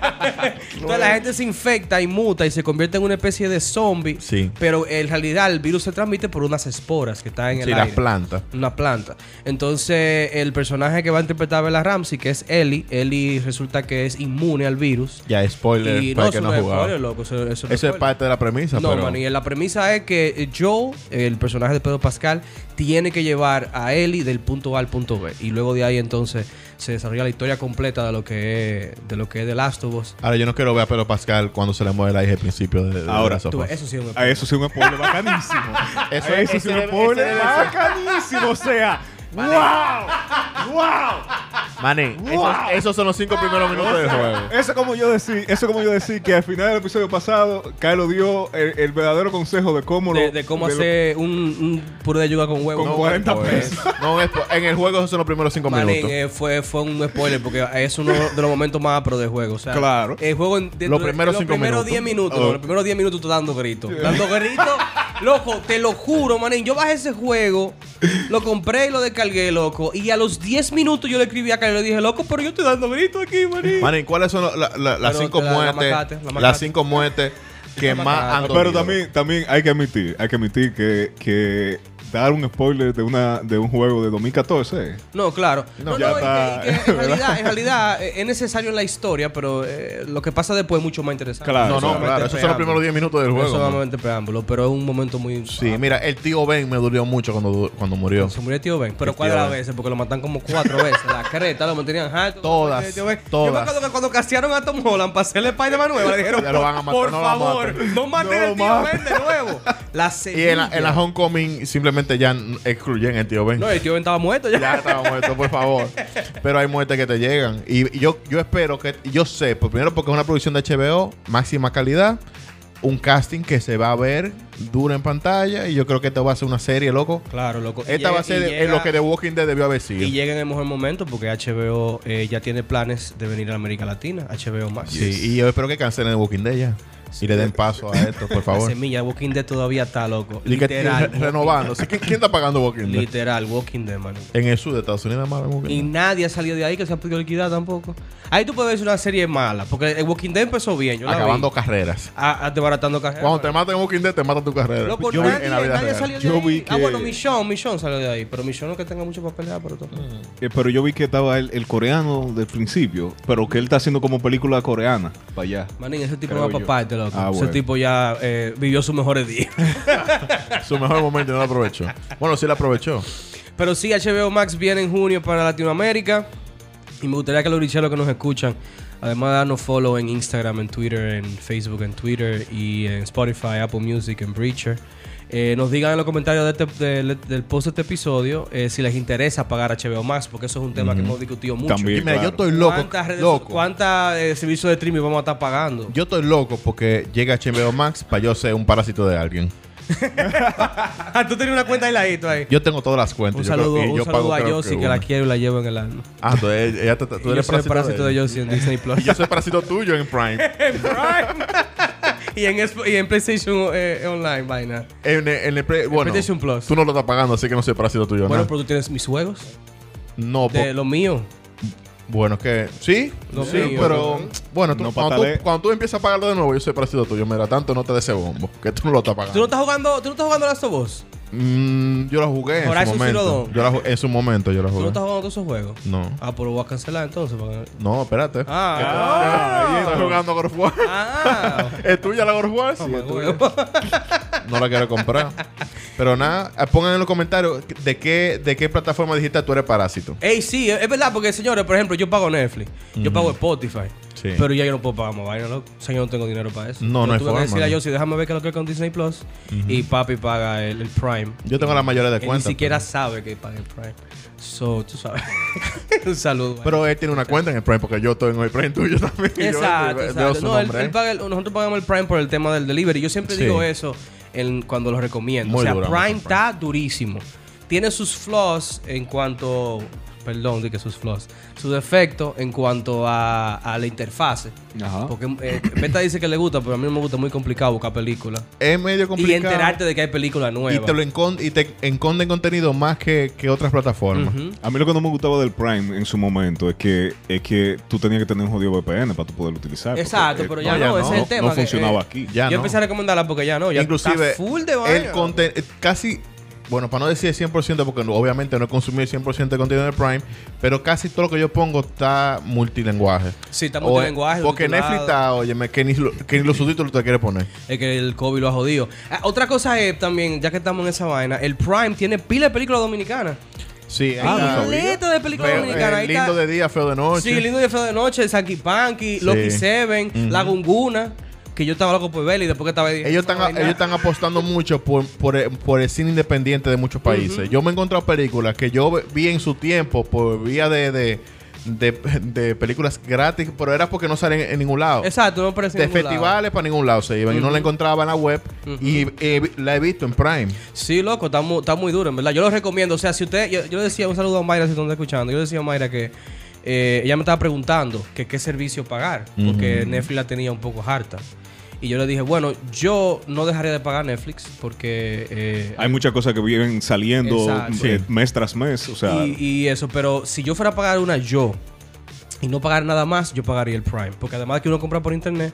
[SPEAKER 2] Entonces la gente se infecta y muta y se convierte en una especie de zombie.
[SPEAKER 3] Sí.
[SPEAKER 2] Pero en realidad el virus se transmite por unas esporas que están en el
[SPEAKER 3] Sí,
[SPEAKER 2] aire.
[SPEAKER 3] las plantas.
[SPEAKER 2] una planta. Entonces, el personaje que va a interpretar a Bella Ramsey, que es Ellie, Ellie resulta que es inmune al virus.
[SPEAKER 3] Ya, spoiler,
[SPEAKER 2] Y no,
[SPEAKER 3] para el que
[SPEAKER 2] eso
[SPEAKER 3] no
[SPEAKER 2] no
[SPEAKER 3] ha
[SPEAKER 2] es
[SPEAKER 3] jugado.
[SPEAKER 2] spoiler, loco. Eso, eso no
[SPEAKER 3] Eso es
[SPEAKER 2] spoiler.
[SPEAKER 3] parte de la premisa premisa,
[SPEAKER 2] No,
[SPEAKER 3] pero...
[SPEAKER 2] mano, y la premisa es que eh, Joe, el personaje de Pedro Pascal, tiene que llevar a Ellie del punto A al punto B. Y luego de ahí entonces se desarrolla la historia completa de lo que es, de lo que es The Last of Us.
[SPEAKER 3] Ahora yo no quiero ver a Pedro Pascal cuando se le mueve la hija al principio de, de
[SPEAKER 4] Ahora,
[SPEAKER 3] Last of
[SPEAKER 2] Tú ves,
[SPEAKER 3] Us.
[SPEAKER 2] eso sí es un
[SPEAKER 4] A eso sí un spoiler bacanísimo.
[SPEAKER 3] Eso
[SPEAKER 4] a
[SPEAKER 3] es-
[SPEAKER 4] eso sí
[SPEAKER 3] ese
[SPEAKER 4] un
[SPEAKER 3] debe- ese
[SPEAKER 4] spoiler
[SPEAKER 3] debe ser.
[SPEAKER 4] bacanísimo. O sea, ¡wow! ¡Wow!
[SPEAKER 3] Mané, esos, esos son los cinco primeros minutos del juego.
[SPEAKER 4] Eso como yo decía, eso como yo decía que al final del episodio pasado, Carlos dio el, el verdadero consejo de cómo lo-
[SPEAKER 2] de, de cómo
[SPEAKER 4] de lo-
[SPEAKER 2] hacer un, un puré de yuca con huevo.
[SPEAKER 4] Con 40
[SPEAKER 2] pues,
[SPEAKER 4] pesos.
[SPEAKER 3] No, es- en el juego esos son los primeros cinco
[SPEAKER 2] Manín,
[SPEAKER 3] minutos.
[SPEAKER 2] eh, fue, fue un spoiler porque es uno de los momentos más pro del juego. O sea,
[SPEAKER 4] Claro.
[SPEAKER 2] El juego en- dentro
[SPEAKER 3] Los
[SPEAKER 2] de-
[SPEAKER 3] primeros
[SPEAKER 2] los
[SPEAKER 3] cinco
[SPEAKER 2] primeros
[SPEAKER 3] minutos.
[SPEAKER 2] 10 minutos.
[SPEAKER 4] Oh.
[SPEAKER 2] no, los primeros 10 minutos tú estás dando gritos. Dando gritos. Loco, te lo juro, manín. Yo bajé ese juego, lo compré y lo descargué, loco. Y a los 10 minutos yo le escribí a Carlos y le dije, loco, pero yo estoy dando gritos aquí, manín.
[SPEAKER 3] Mané, ¿cuáles son lo- la- la- las
[SPEAKER 2] Pero
[SPEAKER 3] cinco
[SPEAKER 2] la- la
[SPEAKER 3] muertes?
[SPEAKER 2] macate, la
[SPEAKER 3] las
[SPEAKER 2] macate.
[SPEAKER 3] cinco muertes
[SPEAKER 2] La
[SPEAKER 3] que más
[SPEAKER 2] macate.
[SPEAKER 3] han
[SPEAKER 4] Pero
[SPEAKER 3] dolido.
[SPEAKER 4] también, también hay que admitir, hay que admitir que, que dar un spoiler de una de un juego de 2014
[SPEAKER 2] No, claro.
[SPEAKER 4] No,
[SPEAKER 2] No, no,
[SPEAKER 4] ya
[SPEAKER 2] y que-
[SPEAKER 4] está.
[SPEAKER 2] y que en, realidad, en realidad, eh, es necesario en la historia, pero eh, lo que pasa después es mucho más interesante.
[SPEAKER 4] Claro.
[SPEAKER 3] No, no,
[SPEAKER 4] Solamente
[SPEAKER 3] claro. Esos son los primeros 10 minutos del
[SPEAKER 2] Eso es
[SPEAKER 3] juego.
[SPEAKER 2] solamente preámbulo, pero es un momento muy.
[SPEAKER 3] Sí, mira, el tío Ben me dolió mucho cuando, du- cuando murió.
[SPEAKER 2] Se murió tío Ben. Pero
[SPEAKER 3] El
[SPEAKER 2] ¿cuál
[SPEAKER 3] tío
[SPEAKER 2] era
[SPEAKER 3] Ben.
[SPEAKER 2] veces? Porque lo matan como cuatro veces. La creta, lo mantenían harto.
[SPEAKER 3] Todas,
[SPEAKER 2] El tío Ben. Yo me
[SPEAKER 3] todas.
[SPEAKER 2] acuerdo que cuando castearon a Tom Holland para hacerle Spider-Man nueva, le dijeron,
[SPEAKER 3] Ya lo van a matar,
[SPEAKER 2] por
[SPEAKER 3] no lo
[SPEAKER 2] favor,
[SPEAKER 3] maten".
[SPEAKER 2] no maten
[SPEAKER 4] No lo
[SPEAKER 2] al tío
[SPEAKER 4] maten.
[SPEAKER 2] Ben de nuevo. La
[SPEAKER 3] Y en la,
[SPEAKER 2] semilla.
[SPEAKER 3] en la Homecoming simplemente ya n- excluyen el tío Ben.
[SPEAKER 2] No, el tío Ben estaba muerto ya.
[SPEAKER 3] Ya estaba muerto, por favor. Pero hay muertes que te llegan. Y, y yo, yo espero que. y Yo sé, pues primero porque es una producción de HBO, máxima calidad. Un casting que se va a ver duro en pantalla. Y yo creo que esto va a ser una serie, loco.
[SPEAKER 2] Claro, loco. Y
[SPEAKER 3] Esta va a
[SPEAKER 2] llega-
[SPEAKER 3] ser
[SPEAKER 2] y
[SPEAKER 3] de- en
[SPEAKER 2] llega-
[SPEAKER 3] lo que The Walking Dead debió haber sido.
[SPEAKER 2] Y llega en el mejor momento porque HBO eh, ya tiene planes de venir a América Latina, HBO Max.
[SPEAKER 3] Sí, y yo espero que cancelen The Walking Dead ya. Y le den paso a esto, por
[SPEAKER 2] La
[SPEAKER 3] favor.
[SPEAKER 2] semilla de Walking Dead todavía está, loco.
[SPEAKER 3] Y que
[SPEAKER 2] Literal.
[SPEAKER 3] re- renovando. Sí, ¿Quién, quién está pagando Walking Dead?
[SPEAKER 2] Literal, Walking Dead, man.
[SPEAKER 3] En el sur de Estados Unidos, nada más. Walking
[SPEAKER 2] Y
[SPEAKER 3] Dead.
[SPEAKER 2] nadie ha salido de ahí que se ha podido liquidar tampoco. Ahí tú puedes ver una serie mala, porque el Walking Dead empezó bien. Yo la vi.
[SPEAKER 3] Acabando carreras.
[SPEAKER 2] A- a- desbaratando carreras.
[SPEAKER 3] Cuando te matan en Walking Dead, te matan tu carrera.
[SPEAKER 2] Loco,
[SPEAKER 3] Yo vi
[SPEAKER 2] nadie,
[SPEAKER 3] en la vida
[SPEAKER 2] nadie
[SPEAKER 3] real.
[SPEAKER 2] salió de
[SPEAKER 4] Yo
[SPEAKER 2] ahí.
[SPEAKER 4] vi
[SPEAKER 2] Ah,
[SPEAKER 4] que-
[SPEAKER 2] bueno, Michonne, Michonne salió de ahí. Pero Michonne no es que tenga mucho papel para pero todo.
[SPEAKER 3] Mm.
[SPEAKER 4] Eh, pero yo vi que estaba el, el coreano del principio, pero que él está haciendo como película coreana para allá.
[SPEAKER 2] Manín, ese tipo
[SPEAKER 4] Creo
[SPEAKER 2] no va
[SPEAKER 4] yo.
[SPEAKER 2] para parte, loco.
[SPEAKER 4] Ah, bueno.
[SPEAKER 2] Ese tipo ya eh, vivió sus mejores días.
[SPEAKER 3] Su mejor momento no lo aprovechó. Bueno, sí lo aprovechó.
[SPEAKER 2] Pero sí, HBO Max viene en junio para Latinoamérica. Y me gustaría que los bricheros que nos escuchan, además de darnos follow en Instagram, en Twitter, en Facebook, en Twitter y en Spotify, Apple Music, en Breacher, eh, nos digan en los comentarios de este- del- del post de este episodio eh, si les interesa pagar HBO Max, porque eso es un tema que hemos discutido mucho.
[SPEAKER 4] También.
[SPEAKER 3] Y mira,
[SPEAKER 4] claro.
[SPEAKER 3] yo estoy loco.
[SPEAKER 2] ¿Cuántas redes-
[SPEAKER 3] loco.
[SPEAKER 2] cuántas, eh, servicios de streaming vamos a estar pagando?
[SPEAKER 3] Yo estoy loco porque llega HBO Max para yo ser un parásito de alguien.
[SPEAKER 2] Ah, Tú tenías una cuenta ahí ladito ahí.
[SPEAKER 3] Yo tengo todas las cuentas.
[SPEAKER 2] Un
[SPEAKER 3] yo creo-
[SPEAKER 2] saludo,
[SPEAKER 3] y
[SPEAKER 2] un
[SPEAKER 3] yo
[SPEAKER 2] saludo
[SPEAKER 3] pago
[SPEAKER 2] a
[SPEAKER 3] creo
[SPEAKER 2] Yossi, que,
[SPEAKER 3] una.
[SPEAKER 2] la quiero y la llevo en el alma.
[SPEAKER 3] Ah, entonces ella te- tú
[SPEAKER 2] Y Yo
[SPEAKER 3] eres
[SPEAKER 2] soy el
[SPEAKER 3] parásito,
[SPEAKER 2] parásito
[SPEAKER 3] de,
[SPEAKER 2] de
[SPEAKER 3] ella.
[SPEAKER 2] Yossi en Disney Plus.
[SPEAKER 3] Y yo soy parásito tuyo en Prime.
[SPEAKER 2] y, en, Xbox- y en PlayStation eh, Online, vaina.
[SPEAKER 3] En, el- en el pre- bueno,
[SPEAKER 2] PlayStation Plus.
[SPEAKER 3] Tú no lo estás pagando, así que no soy parásito tuyo.
[SPEAKER 2] Bueno,
[SPEAKER 3] nada.
[SPEAKER 2] pero tú tienes mis juegos.
[SPEAKER 3] no,
[SPEAKER 2] De
[SPEAKER 3] po-
[SPEAKER 2] lo mío.
[SPEAKER 3] bueno, que sí,
[SPEAKER 2] Lo
[SPEAKER 3] sí,
[SPEAKER 2] mío,
[SPEAKER 3] pero
[SPEAKER 2] ¿no?
[SPEAKER 3] bueno, tú-
[SPEAKER 4] No
[SPEAKER 3] cuando,
[SPEAKER 4] patale.
[SPEAKER 3] tú, cuando tú empiezas a pagarlo de nuevo, yo soy parásito tuyo. Mira, tanto no te des ese bombo, que tú no lo estás pagando.
[SPEAKER 2] ¿Tú no estás jugando, tú no estás jugando Last of Us?
[SPEAKER 3] Mm, yo la jugué en su
[SPEAKER 2] Horizon Zero
[SPEAKER 3] momento.
[SPEAKER 2] Dawn.
[SPEAKER 3] Yo la ju- en su momento yo la
[SPEAKER 2] ¿Tú no
[SPEAKER 3] jugué.
[SPEAKER 2] estás jugando todos esos juegos?
[SPEAKER 3] No,
[SPEAKER 2] Ah, pues lo voy a cancelar entonces. porque-
[SPEAKER 3] no, espérate.
[SPEAKER 2] Ah,
[SPEAKER 4] Ah,
[SPEAKER 3] Estás jugando God of War.
[SPEAKER 2] ah.
[SPEAKER 3] ¿Es tuya la God of War? Sí,
[SPEAKER 2] Me
[SPEAKER 3] es tuya.
[SPEAKER 2] huevo.
[SPEAKER 3] No la quiero comprar. Pero nada, eh, pongan en los comentarios de qué, de qué plataforma digital tú eres parásito.
[SPEAKER 2] Ey, sí, es es verdad, porque señores, por ejemplo, yo pago Netflix, yo pago Spotify,
[SPEAKER 3] Sí.
[SPEAKER 2] pero ya yo no puedo pagar más vaina, loco. O sea, yo no tengo dinero para eso.
[SPEAKER 3] No,
[SPEAKER 2] Yo
[SPEAKER 3] no
[SPEAKER 2] tuve
[SPEAKER 3] hay
[SPEAKER 2] que
[SPEAKER 3] forma,
[SPEAKER 2] decirle a
[SPEAKER 3] ¿no?
[SPEAKER 2] Yossi, déjame ver qué es lo que es con Disney Plus, y papi paga el, el Prime.
[SPEAKER 3] Yo tengo la mayoría de
[SPEAKER 2] Él ni
[SPEAKER 3] cuentas.
[SPEAKER 2] siquiera sabe que paga el Prime. So, tú sabes. Un saludo.
[SPEAKER 3] Pero pero él tiene una cuenta en el Prime porque yo estoy en el Prime tuyo también. Y yo
[SPEAKER 2] Exacto,
[SPEAKER 3] veo-
[SPEAKER 2] exacto.
[SPEAKER 3] veo su
[SPEAKER 2] No, él-
[SPEAKER 3] nombre
[SPEAKER 2] él
[SPEAKER 3] ahí.
[SPEAKER 2] paga el- nosotros pagamos el Prime por el tema del delivery. Yo siempre
[SPEAKER 3] Sí.
[SPEAKER 2] digo eso en- cuando lo recomiendo.
[SPEAKER 3] Muy
[SPEAKER 2] o sea,
[SPEAKER 3] duro,
[SPEAKER 2] Prime
[SPEAKER 3] Amazon Prime.
[SPEAKER 2] está durísimo. Tiene sus flaws en cuanto. Perdón, de que sus flaws. Su defecto en cuanto a, a la interfase.
[SPEAKER 3] Ah.
[SPEAKER 4] Ajá.
[SPEAKER 2] Porque eh, Beta dice que le gusta, pero a mí no me gusta. Es muy complicado buscar películas.
[SPEAKER 3] Es medio
[SPEAKER 2] Y
[SPEAKER 3] complicado.
[SPEAKER 2] enterarte de que hay películas
[SPEAKER 3] Y
[SPEAKER 2] nuevas.
[SPEAKER 3] te lo encon- y te esconden contenido más que, que otras plataformas.
[SPEAKER 2] Ujú.
[SPEAKER 4] A mí lo que no me gustaba del Prime en su momento es que, es que tú tenías que tener un jodido VPN para tú poder utilizar.
[SPEAKER 2] Exacto,
[SPEAKER 4] porque,
[SPEAKER 2] pero
[SPEAKER 4] eh,
[SPEAKER 2] ya
[SPEAKER 3] no,
[SPEAKER 2] no, ese
[SPEAKER 3] ya no,
[SPEAKER 2] es el tema.
[SPEAKER 4] no
[SPEAKER 2] que,
[SPEAKER 4] funcionaba
[SPEAKER 2] eh,
[SPEAKER 4] aquí.
[SPEAKER 3] Ya
[SPEAKER 2] yo
[SPEAKER 3] no.
[SPEAKER 2] empecé a recomendarla porque ya no. Ya
[SPEAKER 3] Inclusive,
[SPEAKER 2] está full de
[SPEAKER 3] el
[SPEAKER 2] vaina.
[SPEAKER 3] conten- eh, casi bueno, para no decir el 100%, porque no- obviamente no he consumido el 100% de contenido de Prime, pero casi todo lo que yo pongo está multilenguaje.
[SPEAKER 2] Sí, está
[SPEAKER 3] O- eh,
[SPEAKER 2] multilenguaje,
[SPEAKER 3] Porque
[SPEAKER 2] subtitulado.
[SPEAKER 3] Netflix está, óyeme, que ni, lo- que ni los subtítulos te quiere poner.
[SPEAKER 2] Es que el COVID lo ha jodido. Ah, otra cosa es también, ya que estamos en esa vaina, el Prime tiene pila de películas dominicanas.
[SPEAKER 3] Sí, ahí
[SPEAKER 4] Ah,
[SPEAKER 3] está.
[SPEAKER 4] no sabía.
[SPEAKER 2] Pileta de películas
[SPEAKER 3] Feo-
[SPEAKER 2] dominicanas.
[SPEAKER 3] eh,
[SPEAKER 2] Ahí
[SPEAKER 3] lindo
[SPEAKER 2] está-
[SPEAKER 3] de día, feo de noche.
[SPEAKER 2] Sí, lindo y feo de noche, Saki Panky, Loki Seven, La Gunguna, que yo estaba loco por verla y después que estaba ahí,
[SPEAKER 3] Ellos están,
[SPEAKER 2] no hay nada.
[SPEAKER 3] ellos están apostando mucho por, por, el- por el cine independiente de muchos países. Yo me he encontrado películas que yo vi en su tiempo por vía de, de, de- de películas gratis, pero era porque no salen en ningún lado.
[SPEAKER 2] Exacto, no me parece
[SPEAKER 3] de
[SPEAKER 2] ningún lado.
[SPEAKER 3] festivales para ningún lado se iban. Yo no la encontraba en la web y eh, la he visto en Prime.
[SPEAKER 2] Sí, loco, está muy, está muy duro, en verdad. Yo lo recomiendo. O sea, si usted. Yo, yo le decía un saludo a Mayra si tú me estás escuchando. Yo le decía a Mayra que. eh, ella me estaba preguntando que qué servicio pagar. Porque Netflix la tenía un poco harta. Y yo le dije, bueno, yo no dejaría de pagar Netflix porque. eh,
[SPEAKER 4] Hay muchas cosas que vienen saliendo
[SPEAKER 2] Exacto.
[SPEAKER 4] eh, mes tras mes. O sea,
[SPEAKER 2] y, y eso, pero si yo fuera a pagar una yo y no pagar nada más, yo pagaría el Prime. Porque además que uno compra por internet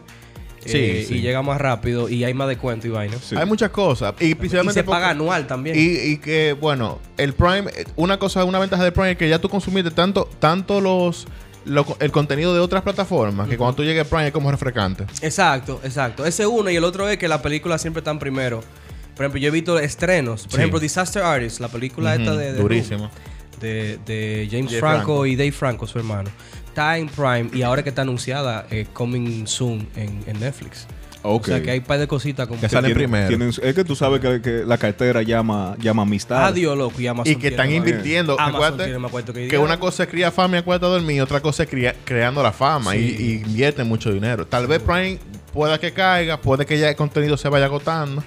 [SPEAKER 3] Sí,
[SPEAKER 2] eh,
[SPEAKER 3] sí.
[SPEAKER 2] y llega más rápido y hay más descuento y vainas.
[SPEAKER 4] Sí.
[SPEAKER 3] Hay muchas cosas. Y
[SPEAKER 2] Y
[SPEAKER 3] principalmente
[SPEAKER 2] se paga
[SPEAKER 3] porque-
[SPEAKER 2] anual también.
[SPEAKER 3] Y, y que, bueno, el Prime, eh, una cosa, una ventaja del Prime es que ya tú consumiste tanto, tanto los, lo- el contenido de otras plataformas que cuando tú llegues a Prime es como refrescante.
[SPEAKER 2] Exacto, exacto. Ese uno y el otro es que las películas siempre están primero. Por ejemplo, yo he visto estrenos. Por
[SPEAKER 3] Sí.
[SPEAKER 2] ejemplo, Disaster Artist, la película esta
[SPEAKER 3] Ujú,
[SPEAKER 2] de, de
[SPEAKER 3] durísimo.
[SPEAKER 2] de, de James
[SPEAKER 3] Jay
[SPEAKER 2] Franco,
[SPEAKER 3] Franco.
[SPEAKER 2] y Dave Franco, su hermano. Está en Prime y ahora que está anunciada, eh, coming soon en, en Netflix. O
[SPEAKER 4] ok.
[SPEAKER 2] sea que hay un par de cositas como
[SPEAKER 3] Que salen
[SPEAKER 4] Tienen-
[SPEAKER 3] primero.
[SPEAKER 4] tienen- es que tú sabes que, que la cartera llama, llama amistad.
[SPEAKER 2] Adiós, loco, y Amazon.
[SPEAKER 3] Y que están
[SPEAKER 2] tiene más-
[SPEAKER 3] invirtiendo.
[SPEAKER 2] Amazon
[SPEAKER 3] Recuerda
[SPEAKER 2] tiene más cuarto que
[SPEAKER 3] que
[SPEAKER 2] diablo.
[SPEAKER 3] una cosa es criar fama y acuérdate dormir, y otra cosa es crea- creando la fama y, y invierte mucho dinero. Tal vez Prime pueda que caiga, puede que ya el contenido se vaya agotando,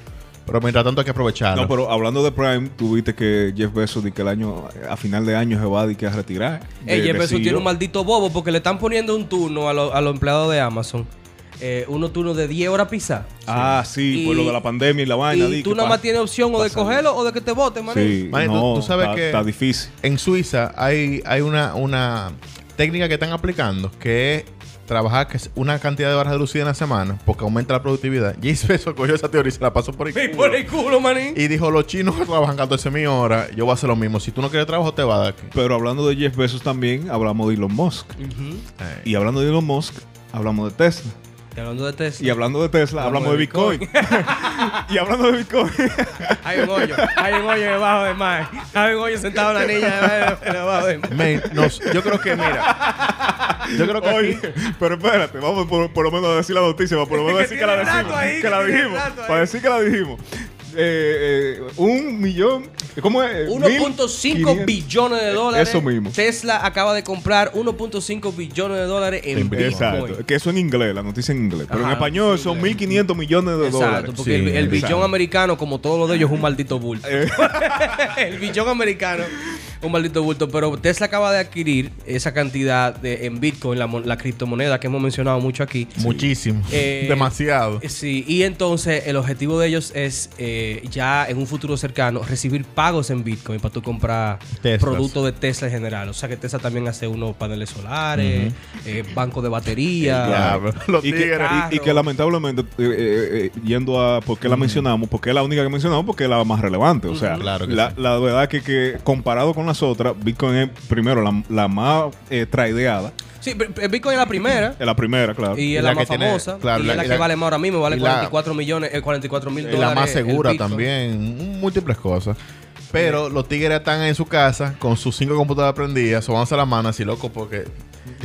[SPEAKER 3] pero mientras tanto hay que aprovecharlo.
[SPEAKER 4] No, pero hablando de Prime, tú viste que Jeff Bezos di que el año, a final de año se va di que a retirar. de-
[SPEAKER 2] Ey,
[SPEAKER 4] de
[SPEAKER 2] Eh, Jeff Bezos
[SPEAKER 4] CEO.
[SPEAKER 2] tiene un maldito bobo porque le están poniendo un turno a lo- a los empleados de Amazon. Eh, uno turno de 10 horas pizza.
[SPEAKER 4] Ah, sí,
[SPEAKER 2] Y-
[SPEAKER 4] por lo de la pandemia y la vaina. di
[SPEAKER 2] y tú
[SPEAKER 4] que
[SPEAKER 2] nada más
[SPEAKER 4] pa-
[SPEAKER 2] tienes opción o de
[SPEAKER 4] pasa-
[SPEAKER 2] cogerlo o de que te voten, manín.
[SPEAKER 4] Sí,
[SPEAKER 3] Manín, tú-
[SPEAKER 4] no,
[SPEAKER 3] tú sabes
[SPEAKER 4] está,
[SPEAKER 3] que-
[SPEAKER 4] está difícil.
[SPEAKER 3] En Suiza hay, hay una, una técnica que están aplicando que es trabajar que es una cantidad de horas de lucida en la semana porque aumenta la productividad. James Bezos cogió esa teoría y se la pasó por el
[SPEAKER 2] Me
[SPEAKER 3] culo.
[SPEAKER 2] por el culo, manín.
[SPEAKER 3] Y dijo, los chinos que trabajan 14 mil horas, yo voy a hacer lo mismo. Si tú no quieres trabajo, te va a dar aquí.
[SPEAKER 4] Pero hablando de Jeff Bezos también, hablamos de Elon Musk.
[SPEAKER 2] Ujú.
[SPEAKER 3] Eh,
[SPEAKER 4] Y hablando de Elon Musk, hablamos de Tesla.
[SPEAKER 2] Y hablando de Tesla.
[SPEAKER 4] Y hablando de Tesla, hablamos, de Bitcoin. y hablando de Bitcoin,
[SPEAKER 2] Hay un hoyo. Hay un hoyo debajo de Mike. Hay un hoyo sentado en la niña debajo de Mike.
[SPEAKER 3] men, nos- yo creo que, mira, yo creo que aquí-
[SPEAKER 4] oye, pero espérate, vamos por, por lo menos a decir la noticia, para por lo menos
[SPEAKER 2] Que
[SPEAKER 4] decir que la
[SPEAKER 2] tiene
[SPEAKER 4] decimos.
[SPEAKER 2] rato ahí,
[SPEAKER 4] que
[SPEAKER 2] que
[SPEAKER 4] la
[SPEAKER 2] tiene
[SPEAKER 4] dijimos.
[SPEAKER 2] rato ahí.
[SPEAKER 4] Para decir que la dijimos. Eh, eh, un millón. ¿Cómo es?
[SPEAKER 2] 1.5
[SPEAKER 4] Mil
[SPEAKER 2] billones de dólares.
[SPEAKER 4] Eso mismo.
[SPEAKER 2] Tesla acaba de comprar 1.5 billones de dólares en
[SPEAKER 3] En
[SPEAKER 2] Bitcoin.
[SPEAKER 4] Exacto, que eso en inglés, la noticia en inglés. Pero
[SPEAKER 2] Ajá,
[SPEAKER 4] en español
[SPEAKER 2] sí,
[SPEAKER 4] son
[SPEAKER 2] inglés.
[SPEAKER 4] 1.500 millones de
[SPEAKER 2] Exacto,
[SPEAKER 4] dólares.
[SPEAKER 2] porque
[SPEAKER 3] Sí,
[SPEAKER 2] el, el
[SPEAKER 3] exacto.
[SPEAKER 2] billón americano, como todos los de ellos, es un maldito bulto.
[SPEAKER 4] Eh.
[SPEAKER 2] el billón americano, un maldito bulto. Pero Tesla acaba de adquirir esa cantidad de, en Bitcoin, la, mon- la criptomoneda que hemos mencionado mucho aquí.
[SPEAKER 3] Muchísimo.
[SPEAKER 2] Eh,
[SPEAKER 3] Demasiado.
[SPEAKER 2] Sí, y entonces el objetivo de ellos es eh, ya en un futuro cercano recibir pagos en Bitcoin para tú comprar
[SPEAKER 3] Teslas.
[SPEAKER 2] productos de Tesla en general. O sea que Tesla también hace unos paneles solares, eh, banco de batería.
[SPEAKER 3] Diablo, los
[SPEAKER 4] y, que,
[SPEAKER 3] tigres.
[SPEAKER 2] Claro.
[SPEAKER 4] y- y que lamentablemente, eh, eh, eh, yendo a por
[SPEAKER 3] Mm.
[SPEAKER 4] qué la mencionamos, porque es la única que mencionamos, porque es la más relevante. O sea,
[SPEAKER 3] Ujú. Claro que
[SPEAKER 4] la,
[SPEAKER 3] sí.
[SPEAKER 4] la verdad que, que comparado con las otras, Bitcoin es primero la, la más eh, traideada,
[SPEAKER 2] Sí, pero- pero Bitcoin es la primera.
[SPEAKER 4] es la primera, claro.
[SPEAKER 2] Y
[SPEAKER 3] Ah, Y
[SPEAKER 2] es
[SPEAKER 3] la
[SPEAKER 2] la,
[SPEAKER 3] que
[SPEAKER 2] más
[SPEAKER 3] tiene-
[SPEAKER 2] famosa.
[SPEAKER 3] claro,
[SPEAKER 2] y
[SPEAKER 3] la-
[SPEAKER 2] es la
[SPEAKER 3] y
[SPEAKER 2] que
[SPEAKER 3] la-
[SPEAKER 2] vale más ahora mismo, vale
[SPEAKER 3] y la-
[SPEAKER 2] 44 millones, eh, 44 mil
[SPEAKER 3] Es
[SPEAKER 2] dólares.
[SPEAKER 3] la más
[SPEAKER 2] el
[SPEAKER 3] segura
[SPEAKER 2] Bitcoin.
[SPEAKER 3] también, múltiples cosas. Pero los tigres están en su casa con sus cinco computadoras prendidas, sobándose la mano así loco porque.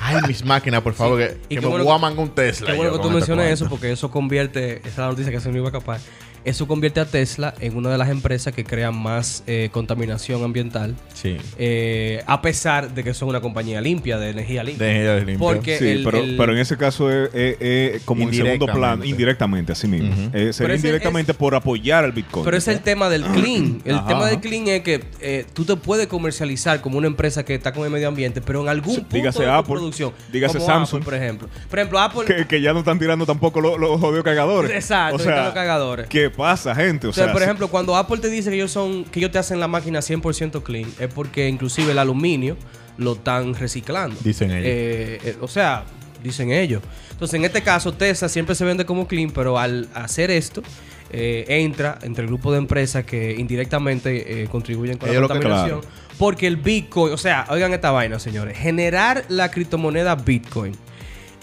[SPEAKER 3] Ay, mis máquinas, por favor,
[SPEAKER 2] Sí.
[SPEAKER 3] que-
[SPEAKER 2] Y qué
[SPEAKER 3] que, me
[SPEAKER 2] bueno-
[SPEAKER 3] guaman con Tesla.
[SPEAKER 2] Qué bueno
[SPEAKER 3] yo
[SPEAKER 2] que tú
[SPEAKER 3] con este esta
[SPEAKER 2] menciones
[SPEAKER 3] cuenta.
[SPEAKER 2] eso porque eso convierte, esa es la noticia que se me iba a escapar, eso convierte a Tesla en una de las empresas que crean más eh, contaminación ambiental,
[SPEAKER 3] Sí.
[SPEAKER 2] eh, a pesar de que son una compañía limpia, de energía limpia.
[SPEAKER 3] De ellos limpios.
[SPEAKER 2] Porque-
[SPEAKER 4] Sí,
[SPEAKER 2] el-
[SPEAKER 4] pero,
[SPEAKER 2] el-
[SPEAKER 4] pero en ese caso es, es- es como en segundo
[SPEAKER 3] Indirectamente.
[SPEAKER 4] plano, indirectamente, así mismo.
[SPEAKER 3] Ujú.
[SPEAKER 4] Eh,
[SPEAKER 2] Pero
[SPEAKER 4] sería
[SPEAKER 2] ese
[SPEAKER 4] indirectamente por apoyar al Bitcoin.
[SPEAKER 2] Pero es el tema del clean. El
[SPEAKER 4] Ajá,
[SPEAKER 2] tema
[SPEAKER 4] ajá.
[SPEAKER 2] del clean es que eh, tú te puedes comercializar como una empresa que está con el medio ambiente, pero en algún
[SPEAKER 4] Sí,
[SPEAKER 2] punto
[SPEAKER 4] dígase
[SPEAKER 2] de tu
[SPEAKER 4] Apple,
[SPEAKER 2] producción,
[SPEAKER 4] dígase
[SPEAKER 2] como
[SPEAKER 4] Samsung.
[SPEAKER 2] Apple, por ejemplo. Por ejemplo, Apple
[SPEAKER 4] que, que ya no están tirando tampoco los, los jodidos cagadores.
[SPEAKER 2] Exacto,
[SPEAKER 4] O sea,
[SPEAKER 2] están los cagadores.
[SPEAKER 4] ¿Qué pasa, gente? O
[SPEAKER 2] O sea,
[SPEAKER 4] sea,
[SPEAKER 2] por
[SPEAKER 4] si-
[SPEAKER 2] ejemplo, cuando Apple te dice que ellos son que ellos te hacen la máquina 100% clean, es porque inclusive el aluminio lo están reciclando.
[SPEAKER 3] Dicen ellos.
[SPEAKER 2] Eh, eh, o sea, dicen ellos. Entonces, en este caso, Tesla siempre se vende como clean, pero al hacer esto, eh, entra entre el grupo de empresas que indirectamente eh, contribuyen con
[SPEAKER 3] Ellos
[SPEAKER 2] la
[SPEAKER 3] lo que-
[SPEAKER 2] contaminación. Porque el Bitcoin, o sea, oigan esta vaina, señores. Generar la criptomoneda Bitcoin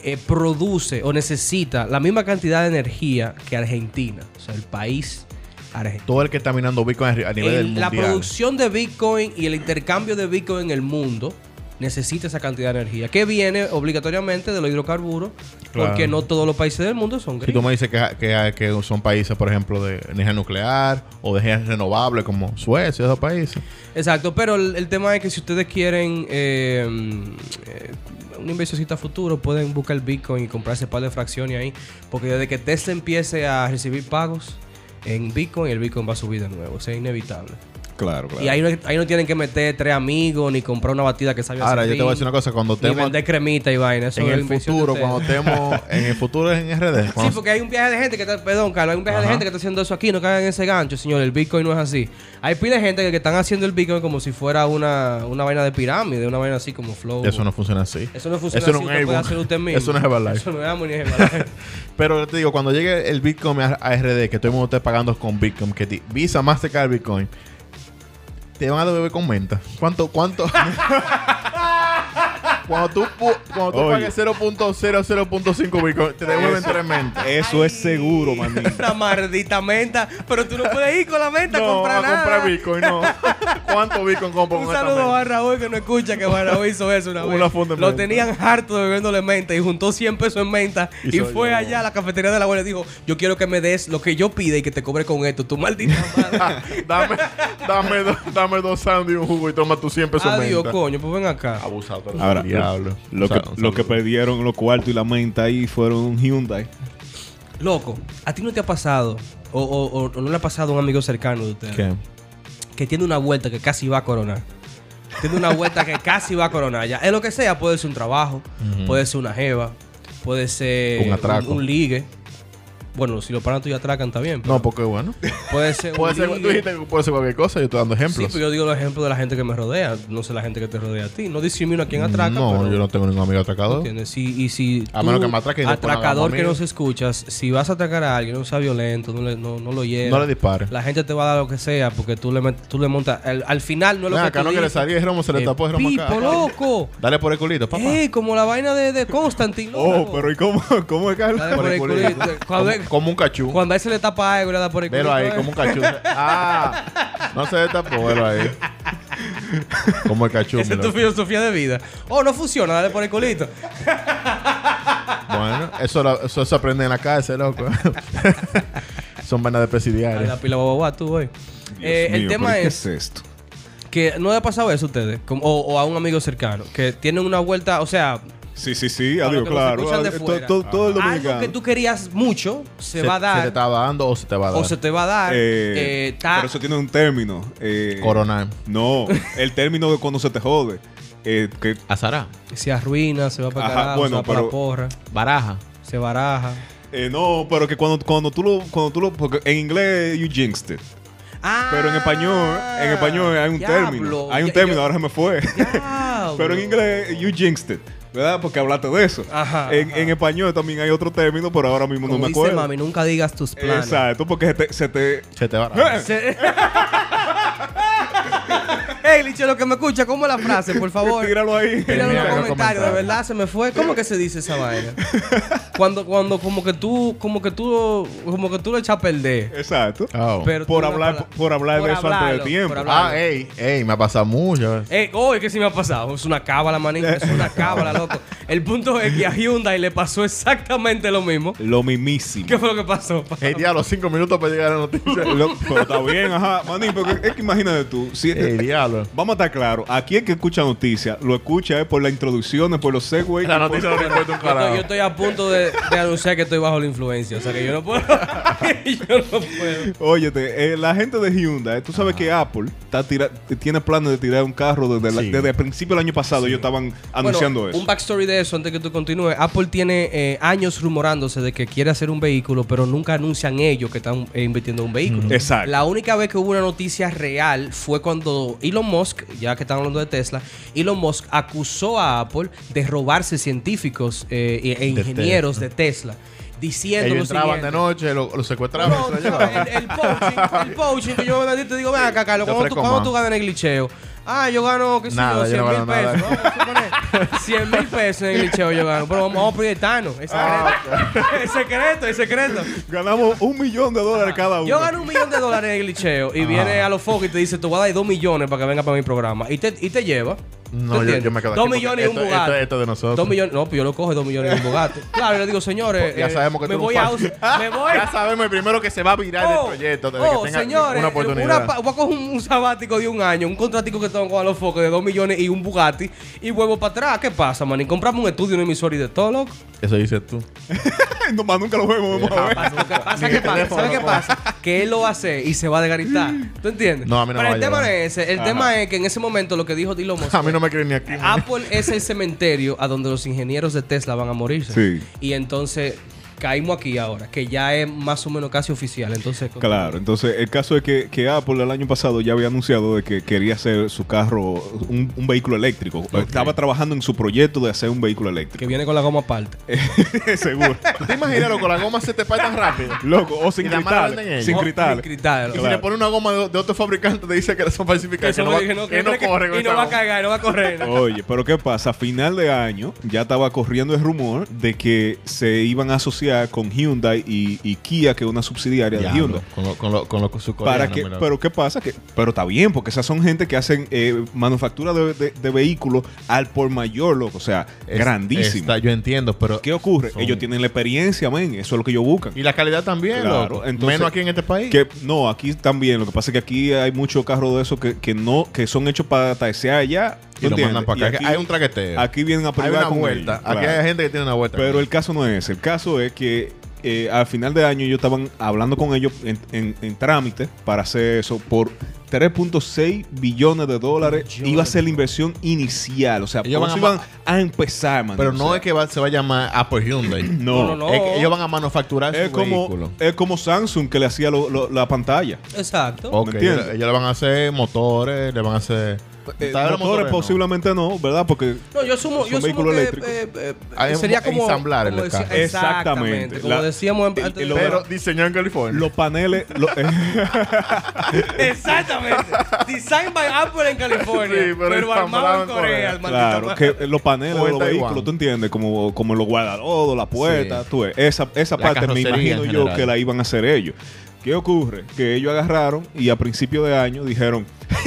[SPEAKER 2] eh, produce o necesita la misma cantidad de energía que Argentina, o sea, el país argentino.
[SPEAKER 3] Todo el que está minando Bitcoin a nivel del
[SPEAKER 2] El- la
[SPEAKER 3] mundial.
[SPEAKER 2] producción de Bitcoin y el intercambio de Bitcoin en el mundo necesita esa cantidad de energía que viene obligatoriamente de los hidrocarburos
[SPEAKER 3] Claro.
[SPEAKER 2] porque no todos los países del mundo son
[SPEAKER 3] Si tú
[SPEAKER 2] gringos.
[SPEAKER 3] me dices que, que, que son países, por ejemplo, de energía nuclear o de energía renovable como Suecia, esos países.
[SPEAKER 2] Exacto, pero el, el tema es que si ustedes quieren eh, eh, una inversioncita a futuro pueden buscar el Bitcoin y comprarse un par de fracciones ahí porque desde que Tesla empiece a recibir pagos en Bitcoin el Bitcoin va a subir de nuevo, o sea, es inevitable.
[SPEAKER 4] Claro, claro.
[SPEAKER 2] Y ahí no, ahí no tienen que meter tres amigos ni comprar una batida que sabe a
[SPEAKER 3] Ahora, yo te voy a
[SPEAKER 2] serrín.
[SPEAKER 3] decir una cosa. Cuando
[SPEAKER 2] Ni
[SPEAKER 3] estemos
[SPEAKER 2] vender cremita y vaina. Eso
[SPEAKER 3] en
[SPEAKER 2] es
[SPEAKER 3] el
[SPEAKER 2] invención de
[SPEAKER 3] futuro,
[SPEAKER 2] ustedes.
[SPEAKER 3] cuando estemos en el futuro es en RD.
[SPEAKER 2] Sí,
[SPEAKER 3] cuando-
[SPEAKER 2] porque hay un viaje de gente que está... Perdón, Carlos. Hay un viaje de
[SPEAKER 3] Ajá.
[SPEAKER 2] gente que está haciendo eso aquí. No caigan en ese gancho, señor. El Bitcoin no es así. Hay pila de gente que, que están haciendo el Bitcoin como si fuera una, una vaina de pirámide. Una vaina así como flow.
[SPEAKER 3] Eso no funciona así.
[SPEAKER 2] Eso no funciona así.
[SPEAKER 3] Eso no es
[SPEAKER 2] usted puede
[SPEAKER 3] Avon.
[SPEAKER 2] hacer usted mismo.
[SPEAKER 3] Eso no es Herbalife.
[SPEAKER 2] Eso no es Avon ni es Herbalife.
[SPEAKER 3] Pero yo te digo, cuando llegue el Bitcoin a a RD, que todo el mundo esté pagando con Bitcoin, que ti- Visa, Mastercard, Bitcoin, te van a devolver con menta. ¿Cuánto? ¿Cuánto? cuando tú, pu- cuando tú
[SPEAKER 4] Oye.
[SPEAKER 3] pagues 0.005 Bitcoin, te devuelven tres mentas.
[SPEAKER 4] Eso es seguro, manito.
[SPEAKER 2] una maldita menta. Pero tú no puedes ir con la menta a
[SPEAKER 3] No,
[SPEAKER 2] comprar
[SPEAKER 3] a
[SPEAKER 2] nada.
[SPEAKER 3] comprar Bitcoin, no. ¿Cuánto Bitcoin compro
[SPEAKER 2] Un
[SPEAKER 3] con esta
[SPEAKER 2] saludo
[SPEAKER 3] menta?
[SPEAKER 2] a Raúl que no escucha que Raúl hizo eso una vez.
[SPEAKER 3] Una funda de
[SPEAKER 2] Lo
[SPEAKER 3] menta.
[SPEAKER 2] tenían harto de bebiéndole menta y juntó 100 pesos en menta
[SPEAKER 3] Y
[SPEAKER 2] y,
[SPEAKER 3] se lo
[SPEAKER 2] fue
[SPEAKER 3] llevó.
[SPEAKER 2] allá a la cafetería de la abuela y dijo, yo quiero que me des lo que yo pida y que te cobre con esto, tu maldita madre.
[SPEAKER 3] dame, dame, do- dame dos sándwiches y un jugo y toma tus 100 pesos
[SPEAKER 2] Adiós,
[SPEAKER 3] menta. Ah,
[SPEAKER 2] coño, pues ven acá.
[SPEAKER 3] Abusado. pero
[SPEAKER 4] Ahora,
[SPEAKER 3] diablo.
[SPEAKER 4] lo,
[SPEAKER 3] O sea,
[SPEAKER 4] que,
[SPEAKER 3] un
[SPEAKER 4] lo que
[SPEAKER 3] saludo.
[SPEAKER 4] perdieron los cuartos y la menta ahí fueron un Hyundai.
[SPEAKER 2] Loco, ¿a ti no te ha pasado o, o- o- o no le ha pasado a un amigo cercano de usted
[SPEAKER 3] ¿Qué?
[SPEAKER 2] que tiene una vuelta que casi va a coronar? Tiene una vuelta que casi va a coronar ya. Es lo que sea, puede ser un trabajo, puede ser una jeva, puede ser
[SPEAKER 3] Un atraco.
[SPEAKER 2] un ligue. Bueno, si los paran tuyos atracan está bien.
[SPEAKER 3] No, porque bueno.
[SPEAKER 2] Puede ser. un
[SPEAKER 3] Puede ser,
[SPEAKER 2] ligue.
[SPEAKER 3] tú dijiste que puede ser cualquier cosa, yo estoy dando
[SPEAKER 2] Sí,
[SPEAKER 3] ejemplos.
[SPEAKER 2] pero yo digo los ejemplos de la gente que me rodea, no sé la gente que te rodea a ti. No discrimino a quién atraca.
[SPEAKER 3] no,
[SPEAKER 2] pero,
[SPEAKER 3] yo no tengo ningún amigo atracado.
[SPEAKER 2] ¿entiendes? Si- y si
[SPEAKER 3] A
[SPEAKER 2] tú,
[SPEAKER 3] menos que me atraque y después nos hagamos
[SPEAKER 2] atracador que
[SPEAKER 3] amigos.
[SPEAKER 2] nos escuchas, si vas a atracar a alguien, no sea violento, no, le- no, no lo hieras.
[SPEAKER 3] No le dispares.
[SPEAKER 2] La gente te va a dar lo que sea porque tú le, met- tú le montas. Al, al final no es lo
[SPEAKER 3] Ven
[SPEAKER 2] que
[SPEAKER 3] acá,
[SPEAKER 2] tú
[SPEAKER 3] no que le
[SPEAKER 2] dices.
[SPEAKER 3] salí el romo, se le
[SPEAKER 2] Eh,
[SPEAKER 3] tapó el romo acá.
[SPEAKER 2] Pipo, loco. Eh,
[SPEAKER 3] Dale por el culito, papá.
[SPEAKER 2] Ey, como la vaina de, de Constantine.
[SPEAKER 4] Oh,
[SPEAKER 2] loco.
[SPEAKER 4] pero ¿y cómo, cómo es
[SPEAKER 2] Dale
[SPEAKER 4] Carlos?
[SPEAKER 2] por el culito. Cuando,
[SPEAKER 3] Como, como un cachú.
[SPEAKER 2] cuando a él se le tapa algo, le da por el
[SPEAKER 3] Velo ahí,
[SPEAKER 2] culito, eh.
[SPEAKER 3] como un cachú. ah, no se destapó, velo ahí. Como el cachú.
[SPEAKER 2] Esa
[SPEAKER 3] mi
[SPEAKER 2] es tu
[SPEAKER 3] loco.
[SPEAKER 2] filosofía de vida. Oh, no funciona, dale por el culito.
[SPEAKER 3] Bueno, eso, lo- eso se aprende en la cárcel, loco. Son vainas de
[SPEAKER 2] Ay, la
[SPEAKER 3] presidiarias.
[SPEAKER 2] pila guagua, tú, güey. Eh, el tema es
[SPEAKER 4] ¿Qué es esto?
[SPEAKER 2] que no le ha pasado eso a ustedes, como- o, o a un amigo cercano, que tienen una vuelta, o sea,
[SPEAKER 4] Sí, sí, sí,
[SPEAKER 2] Para
[SPEAKER 4] adiós,
[SPEAKER 2] que los
[SPEAKER 4] claro.
[SPEAKER 2] escuchan de
[SPEAKER 4] adiós,
[SPEAKER 2] fuera.
[SPEAKER 4] todo, todo- todo el
[SPEAKER 2] algo
[SPEAKER 4] dominicano.
[SPEAKER 2] que tú querías mucho se, va a
[SPEAKER 3] Se te
[SPEAKER 2] dar,
[SPEAKER 3] está dando o se te va a dar.
[SPEAKER 2] o se te va a dar.
[SPEAKER 4] Eh,
[SPEAKER 2] eh, ta-
[SPEAKER 4] Pero eso tiene un término. eh,
[SPEAKER 3] Coronar.
[SPEAKER 4] No, el término de cuando se te jode. Eh, que,
[SPEAKER 3] Azará.
[SPEAKER 2] se arruina, se va para
[SPEAKER 4] Ajá,
[SPEAKER 2] carajo,
[SPEAKER 4] bueno,
[SPEAKER 2] se va para
[SPEAKER 4] pero-
[SPEAKER 2] la porra,
[SPEAKER 3] Baraja.
[SPEAKER 2] se baraja.
[SPEAKER 4] eh, no, pero que cuando, cuando tú lo. Cuando tú lo porque en inglés, you jinxed it.
[SPEAKER 2] Ah,
[SPEAKER 4] Pero en español, en español hay un
[SPEAKER 2] diablo,
[SPEAKER 4] término. Hay un
[SPEAKER 2] ya-
[SPEAKER 4] término,
[SPEAKER 2] yo-
[SPEAKER 4] ahora se me fue.
[SPEAKER 2] diablo.
[SPEAKER 4] Pero en inglés, you jinxed it, ¿verdad? Porque hablaste de eso.
[SPEAKER 2] Ajá,
[SPEAKER 4] en,
[SPEAKER 2] ajá.
[SPEAKER 4] en español también hay otro término, pero ahora mismo
[SPEAKER 2] Como
[SPEAKER 4] no me
[SPEAKER 2] dice
[SPEAKER 4] acuerdo.
[SPEAKER 2] mami, nunca digas tus planes.
[SPEAKER 4] Exacto, porque se te. Se te
[SPEAKER 3] Se te baraja.
[SPEAKER 2] Se- Ey, Lichelo, que me escucha, ¿cómo es la frase, por favor?
[SPEAKER 4] tíralo ahí.
[SPEAKER 2] Míralo en
[SPEAKER 3] Mira,
[SPEAKER 2] los
[SPEAKER 3] los
[SPEAKER 2] comentarios, de
[SPEAKER 3] comentarios.
[SPEAKER 2] verdad se me fue. ¿Cómo que se dice esa vaina? Cuando, cuando, como que tú, como que tú, como que tú lo echas a perder.
[SPEAKER 4] Exacto.
[SPEAKER 3] Oh.
[SPEAKER 2] Pero
[SPEAKER 4] Por
[SPEAKER 2] tú no
[SPEAKER 4] hablar-
[SPEAKER 2] la-
[SPEAKER 4] por hablar de eso antes de
[SPEAKER 2] hablarlo,
[SPEAKER 4] tiempo.
[SPEAKER 2] por hablarlo.
[SPEAKER 3] Ah, ey, ey, me ha pasado mucho.
[SPEAKER 2] Ey, oh, es que sí me ha pasado. Es una cábala, manita. Es una cábala, loco. El punto es que a Hyundai le pasó exactamente lo mismo.
[SPEAKER 4] Lo mismísimo.
[SPEAKER 2] ¿Qué fue lo que pasó? pa?
[SPEAKER 3] Ey, diablo, cinco minutos para llegar a la noticia.
[SPEAKER 4] Lo- pero está bien, ajá. Manín, porque es que imagínate tú. Si,
[SPEAKER 3] Ey, diablo.
[SPEAKER 4] Vamos a estar claros. Aquí el que escucha noticias, lo escucha es por las introducciones, por los segways.
[SPEAKER 3] La noticia no le importa un
[SPEAKER 2] Yo estoy, yo
[SPEAKER 3] carajo.
[SPEAKER 2] estoy a punto de, de anunciar que estoy bajo la influencia. O sea que yo no puedo. yo no puedo.
[SPEAKER 4] Óyete, eh, la gente de Hyundai, eh, tú sabes que Apple está tira- tiene planes de tirar un carro desde, la-
[SPEAKER 3] Sí.
[SPEAKER 4] desde el principio del año pasado. Ellos estaban anunciando
[SPEAKER 2] Bueno,
[SPEAKER 4] eso.
[SPEAKER 2] Un backstory de eso, antes que tú continúes. Apple tiene eh, años rumorándose de que quiere hacer un vehículo, pero nunca anuncian ellos que están eh, invirtiendo en un vehículo.
[SPEAKER 4] Exacto.
[SPEAKER 2] La única vez que hubo una noticia real fue cuando Elon Musk, ya que estamos hablando de Tesla, Elon Musk acusó a Apple de robarse científicos eh, e, e
[SPEAKER 3] De
[SPEAKER 2] ingenieros de Tesla. diciendo
[SPEAKER 3] Ellos
[SPEAKER 2] lo
[SPEAKER 3] entraban
[SPEAKER 2] siguiente.
[SPEAKER 3] de noche, lo- los secuestraban.
[SPEAKER 2] No,
[SPEAKER 3] y se lo
[SPEAKER 2] no,
[SPEAKER 3] llevaban.
[SPEAKER 2] el, el poaching, el poaching que yo me te digo, ven acá, Carlos,
[SPEAKER 3] Te
[SPEAKER 2] ¿cuándo tú,
[SPEAKER 3] ofrezco
[SPEAKER 2] cuándo
[SPEAKER 3] más.
[SPEAKER 2] tú ganas en el glitcheo? Ah, yo gano, qué sé yo,
[SPEAKER 3] Nada, yo
[SPEAKER 2] 100
[SPEAKER 3] no
[SPEAKER 2] mil
[SPEAKER 3] gano
[SPEAKER 2] pesos. Vamos a suponer 100 mil pesos en el glitcheo yo gano. Pero vamos, vamos a proyectarnos. Es
[SPEAKER 3] Ah,
[SPEAKER 2] secreto. Es secreto, es secreto.
[SPEAKER 4] Ganamos un millón de dólares cada uno.
[SPEAKER 2] Yo gano un millón de dólares en el glitcheo y viene a los focos y te dice, te voy a dar dos millones para que venga para mi programa. Y te, y te lleva. ¿Tú
[SPEAKER 3] No, yo-
[SPEAKER 2] entiendes?
[SPEAKER 3] yo me quedo
[SPEAKER 2] Dos
[SPEAKER 3] aquí porque
[SPEAKER 2] millones y un
[SPEAKER 3] esto- esto-
[SPEAKER 2] bugate.
[SPEAKER 3] esto es de nosotros.
[SPEAKER 2] Dos millones. No, pues yo lo cojo dos millones y un bugate. Claro, yo le digo, señores.
[SPEAKER 3] Ya
[SPEAKER 2] eh,
[SPEAKER 3] sabemos que
[SPEAKER 2] me
[SPEAKER 3] tú no
[SPEAKER 2] voy a
[SPEAKER 3] faltas.
[SPEAKER 2] us- Me voy.
[SPEAKER 3] Ya sabemos el primero que se va a virar del
[SPEAKER 2] Oh,
[SPEAKER 3] proyecto desde
[SPEAKER 2] oh,
[SPEAKER 3] que tenga
[SPEAKER 2] señores,
[SPEAKER 3] una oportunidad.
[SPEAKER 2] una pa- voy a coger un, un sabático de un año, un contratico que tengo con los focos de 2 millones y un Bugatti y vuelvo para atrás. ¿Qué pasa, man? Y compramos un estudio, una emisora y de todo, loco.
[SPEAKER 3] Eso dices tú.
[SPEAKER 4] No, más nunca lo vemos. vamos a ver.
[SPEAKER 2] Pasa, ¿qué pasa?
[SPEAKER 3] Ni
[SPEAKER 2] ¿Qué
[SPEAKER 3] el
[SPEAKER 2] pasa?
[SPEAKER 3] teléfono,
[SPEAKER 2] ¿Sabes qué
[SPEAKER 3] no.
[SPEAKER 2] pasa? Que él lo hace y se va a desgaritar. ¿Tú entiendes?
[SPEAKER 3] No, a mí no
[SPEAKER 2] Pero
[SPEAKER 3] me
[SPEAKER 2] el
[SPEAKER 3] va a
[SPEAKER 2] tema no
[SPEAKER 3] llevar.
[SPEAKER 2] es ese. El tema es que en ese momento lo que dijo Elon Musk
[SPEAKER 3] A mí no me creen ni aquí.
[SPEAKER 2] Apple es el cementerio a donde los ingenieros de Tesla van a morirse.
[SPEAKER 4] Sí.
[SPEAKER 2] Y entonces caímos aquí ahora, que ya es más o menos casi oficial. Entonces,
[SPEAKER 4] Claro, entonces el caso es que, que Apple el año pasado ya había anunciado de que quería hacer su carro un, un vehículo eléctrico. Estaba trabajando en su proyecto de hacer un vehículo
[SPEAKER 2] que
[SPEAKER 4] eléctrico.
[SPEAKER 2] viene con la goma aparte.
[SPEAKER 4] Seguro.
[SPEAKER 3] ¿Te imaginas, loco? La goma se te parte tan rápido.
[SPEAKER 4] Loco, o sin
[SPEAKER 3] Y la mano la
[SPEAKER 4] cristales.
[SPEAKER 3] venden ellos.
[SPEAKER 4] Sin
[SPEAKER 2] Oh,
[SPEAKER 4] cristales.
[SPEAKER 2] cristales.
[SPEAKER 3] Y si
[SPEAKER 4] Claro.
[SPEAKER 3] le pone una goma de, de otro fabricante, te dice que son falsificadas.
[SPEAKER 2] Eso
[SPEAKER 3] Que, no,
[SPEAKER 2] me
[SPEAKER 3] va-
[SPEAKER 2] dije, no,
[SPEAKER 3] que
[SPEAKER 2] que
[SPEAKER 3] no
[SPEAKER 2] que-
[SPEAKER 3] corre con
[SPEAKER 2] y no
[SPEAKER 3] esa
[SPEAKER 2] va a
[SPEAKER 3] goma.
[SPEAKER 2] cagar, no va a correr. ¿no?
[SPEAKER 4] Oye, pero ¿qué pasa? A final de año ya estaba corriendo el rumor de que se iban a asociar con Hyundai y, y Kia, que es una subsidiaria de Hyundai.
[SPEAKER 3] Diablo, Con lo, con lo, con lo su
[SPEAKER 4] Para
[SPEAKER 3] coreano,
[SPEAKER 4] que,
[SPEAKER 3] mira.
[SPEAKER 4] pero ¿qué pasa? Que, pero está bien, porque esas son gente que hacen eh, manufactura de, de- de vehículos al por mayor, loco. O sea,
[SPEAKER 3] Es-
[SPEAKER 4] grandísimo.
[SPEAKER 3] está- yo entiendo, pero.
[SPEAKER 4] ¿Qué ocurre?
[SPEAKER 3] Son-
[SPEAKER 4] Ellos tienen la experiencia, men. Eso es lo que ellos buscan.
[SPEAKER 3] Y la calidad también,
[SPEAKER 4] Claro,
[SPEAKER 3] loco.
[SPEAKER 4] entonces-
[SPEAKER 3] Menos aquí en este país.
[SPEAKER 4] Que, no, aquí también. Lo que pasa es que aquí hay muchos carros de esos que, que no, que son hechos para taesear allá. ¿tú
[SPEAKER 3] y lo
[SPEAKER 4] entiendes?
[SPEAKER 3] mandan para
[SPEAKER 4] Y
[SPEAKER 3] acá.
[SPEAKER 4] aquí-
[SPEAKER 3] Que hay un traqueteo.
[SPEAKER 4] Aquí vienen a
[SPEAKER 3] hay
[SPEAKER 4] probar
[SPEAKER 3] una
[SPEAKER 4] con
[SPEAKER 3] vuelta.
[SPEAKER 4] ellos,
[SPEAKER 3] aquí
[SPEAKER 4] claro.
[SPEAKER 3] hay gente que tiene una vuelta.
[SPEAKER 4] Pero el caso no es. El caso es que eh, al final de año ellos estaban hablando con ellos en, en- en trámite para hacer eso por 3.6 billones de dólares.
[SPEAKER 2] Billones.
[SPEAKER 4] Iba a ser la inversión inicial. O sea,
[SPEAKER 3] Ellos
[SPEAKER 4] por
[SPEAKER 3] van
[SPEAKER 4] eso
[SPEAKER 3] a
[SPEAKER 4] iban a empezar, man.
[SPEAKER 3] Pero
[SPEAKER 4] O
[SPEAKER 3] no
[SPEAKER 4] sea,
[SPEAKER 3] es que va- se va a llamar Apple Hyundai.
[SPEAKER 4] No.
[SPEAKER 2] No, no, no.
[SPEAKER 3] Es que ellos van a manufacturar
[SPEAKER 4] Es
[SPEAKER 3] su
[SPEAKER 4] como,
[SPEAKER 3] vehículo.
[SPEAKER 4] es como Samsung que le hacía lo- lo- la pantalla.
[SPEAKER 2] Exacto.
[SPEAKER 3] Ok,
[SPEAKER 4] entiendes?
[SPEAKER 3] ellos, ellos le van a hacer motores, le van a hacer.
[SPEAKER 4] Eh,
[SPEAKER 3] ¿Sabes los
[SPEAKER 4] motores
[SPEAKER 3] No.
[SPEAKER 4] posiblemente no, ¿verdad? Porque
[SPEAKER 2] No, yo sumo,
[SPEAKER 4] Son
[SPEAKER 2] yo sumo
[SPEAKER 4] vehículos
[SPEAKER 2] que
[SPEAKER 4] eléctricos.
[SPEAKER 2] eh, eh,
[SPEAKER 3] Hay un-
[SPEAKER 2] sería como
[SPEAKER 3] ensamblar el
[SPEAKER 2] como decía-
[SPEAKER 3] carro.
[SPEAKER 2] Exactamente.
[SPEAKER 4] Exactamente.
[SPEAKER 2] Como
[SPEAKER 4] La-
[SPEAKER 2] decíamos en-
[SPEAKER 4] el-
[SPEAKER 2] antes
[SPEAKER 4] el
[SPEAKER 2] de-
[SPEAKER 3] Pero diseñado en California.
[SPEAKER 4] los paneles... lo- eh,
[SPEAKER 2] Exactamente. Design by Apple en California,
[SPEAKER 3] Sí, pero
[SPEAKER 2] pero, armado
[SPEAKER 3] ensamblado
[SPEAKER 2] en
[SPEAKER 3] en
[SPEAKER 2] Corea,
[SPEAKER 3] Corea.
[SPEAKER 2] el maldito
[SPEAKER 4] Claro,
[SPEAKER 2] madre.
[SPEAKER 4] que eh, los paneles
[SPEAKER 3] O
[SPEAKER 4] de
[SPEAKER 3] en
[SPEAKER 4] los
[SPEAKER 3] Taiwán.
[SPEAKER 4] vehículos, ¿tú entiendes? Como, como los guardarodos, las puertas,
[SPEAKER 3] Sí.
[SPEAKER 4] tú ves. Esa, esa
[SPEAKER 3] La
[SPEAKER 4] parte me
[SPEAKER 3] carrocería en
[SPEAKER 4] imagino yo
[SPEAKER 3] general.
[SPEAKER 4] que la iban a hacer ellos. ¿Qué ocurre? Que ellos agarraron y a principio de año dijeron...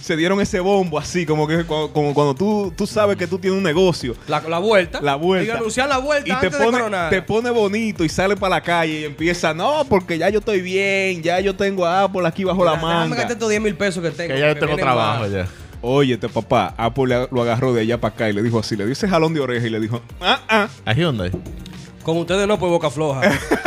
[SPEAKER 4] Se dieron ese bombo así, como que cu- como cuando tú, tú sabes que tú tienes un negocio
[SPEAKER 2] La, la vuelta.
[SPEAKER 4] La vuelta.
[SPEAKER 2] Y anunciar la vuelta
[SPEAKER 4] y te
[SPEAKER 2] antes de
[SPEAKER 4] pone,
[SPEAKER 2] coronar.
[SPEAKER 4] te pone bonito y sale para la calle y empieza, no, porque ya yo estoy bien, ya yo tengo a Apple aquí bajo la
[SPEAKER 2] Déjame
[SPEAKER 4] manga.
[SPEAKER 2] gastar estos 10 mil pesos que tengo.
[SPEAKER 3] que ya yo
[SPEAKER 2] que
[SPEAKER 3] tengo
[SPEAKER 2] viene
[SPEAKER 3] trabajo
[SPEAKER 2] más.
[SPEAKER 3] ya.
[SPEAKER 4] Oye, este papá, Apple le- lo agarró de allá para acá y le dijo así, le dio ese jalón de oreja y le dijo, ah, ah.
[SPEAKER 3] ¿A Hyundai?
[SPEAKER 2] Con ustedes no, pues boca floja.
[SPEAKER 3] ¿Qué?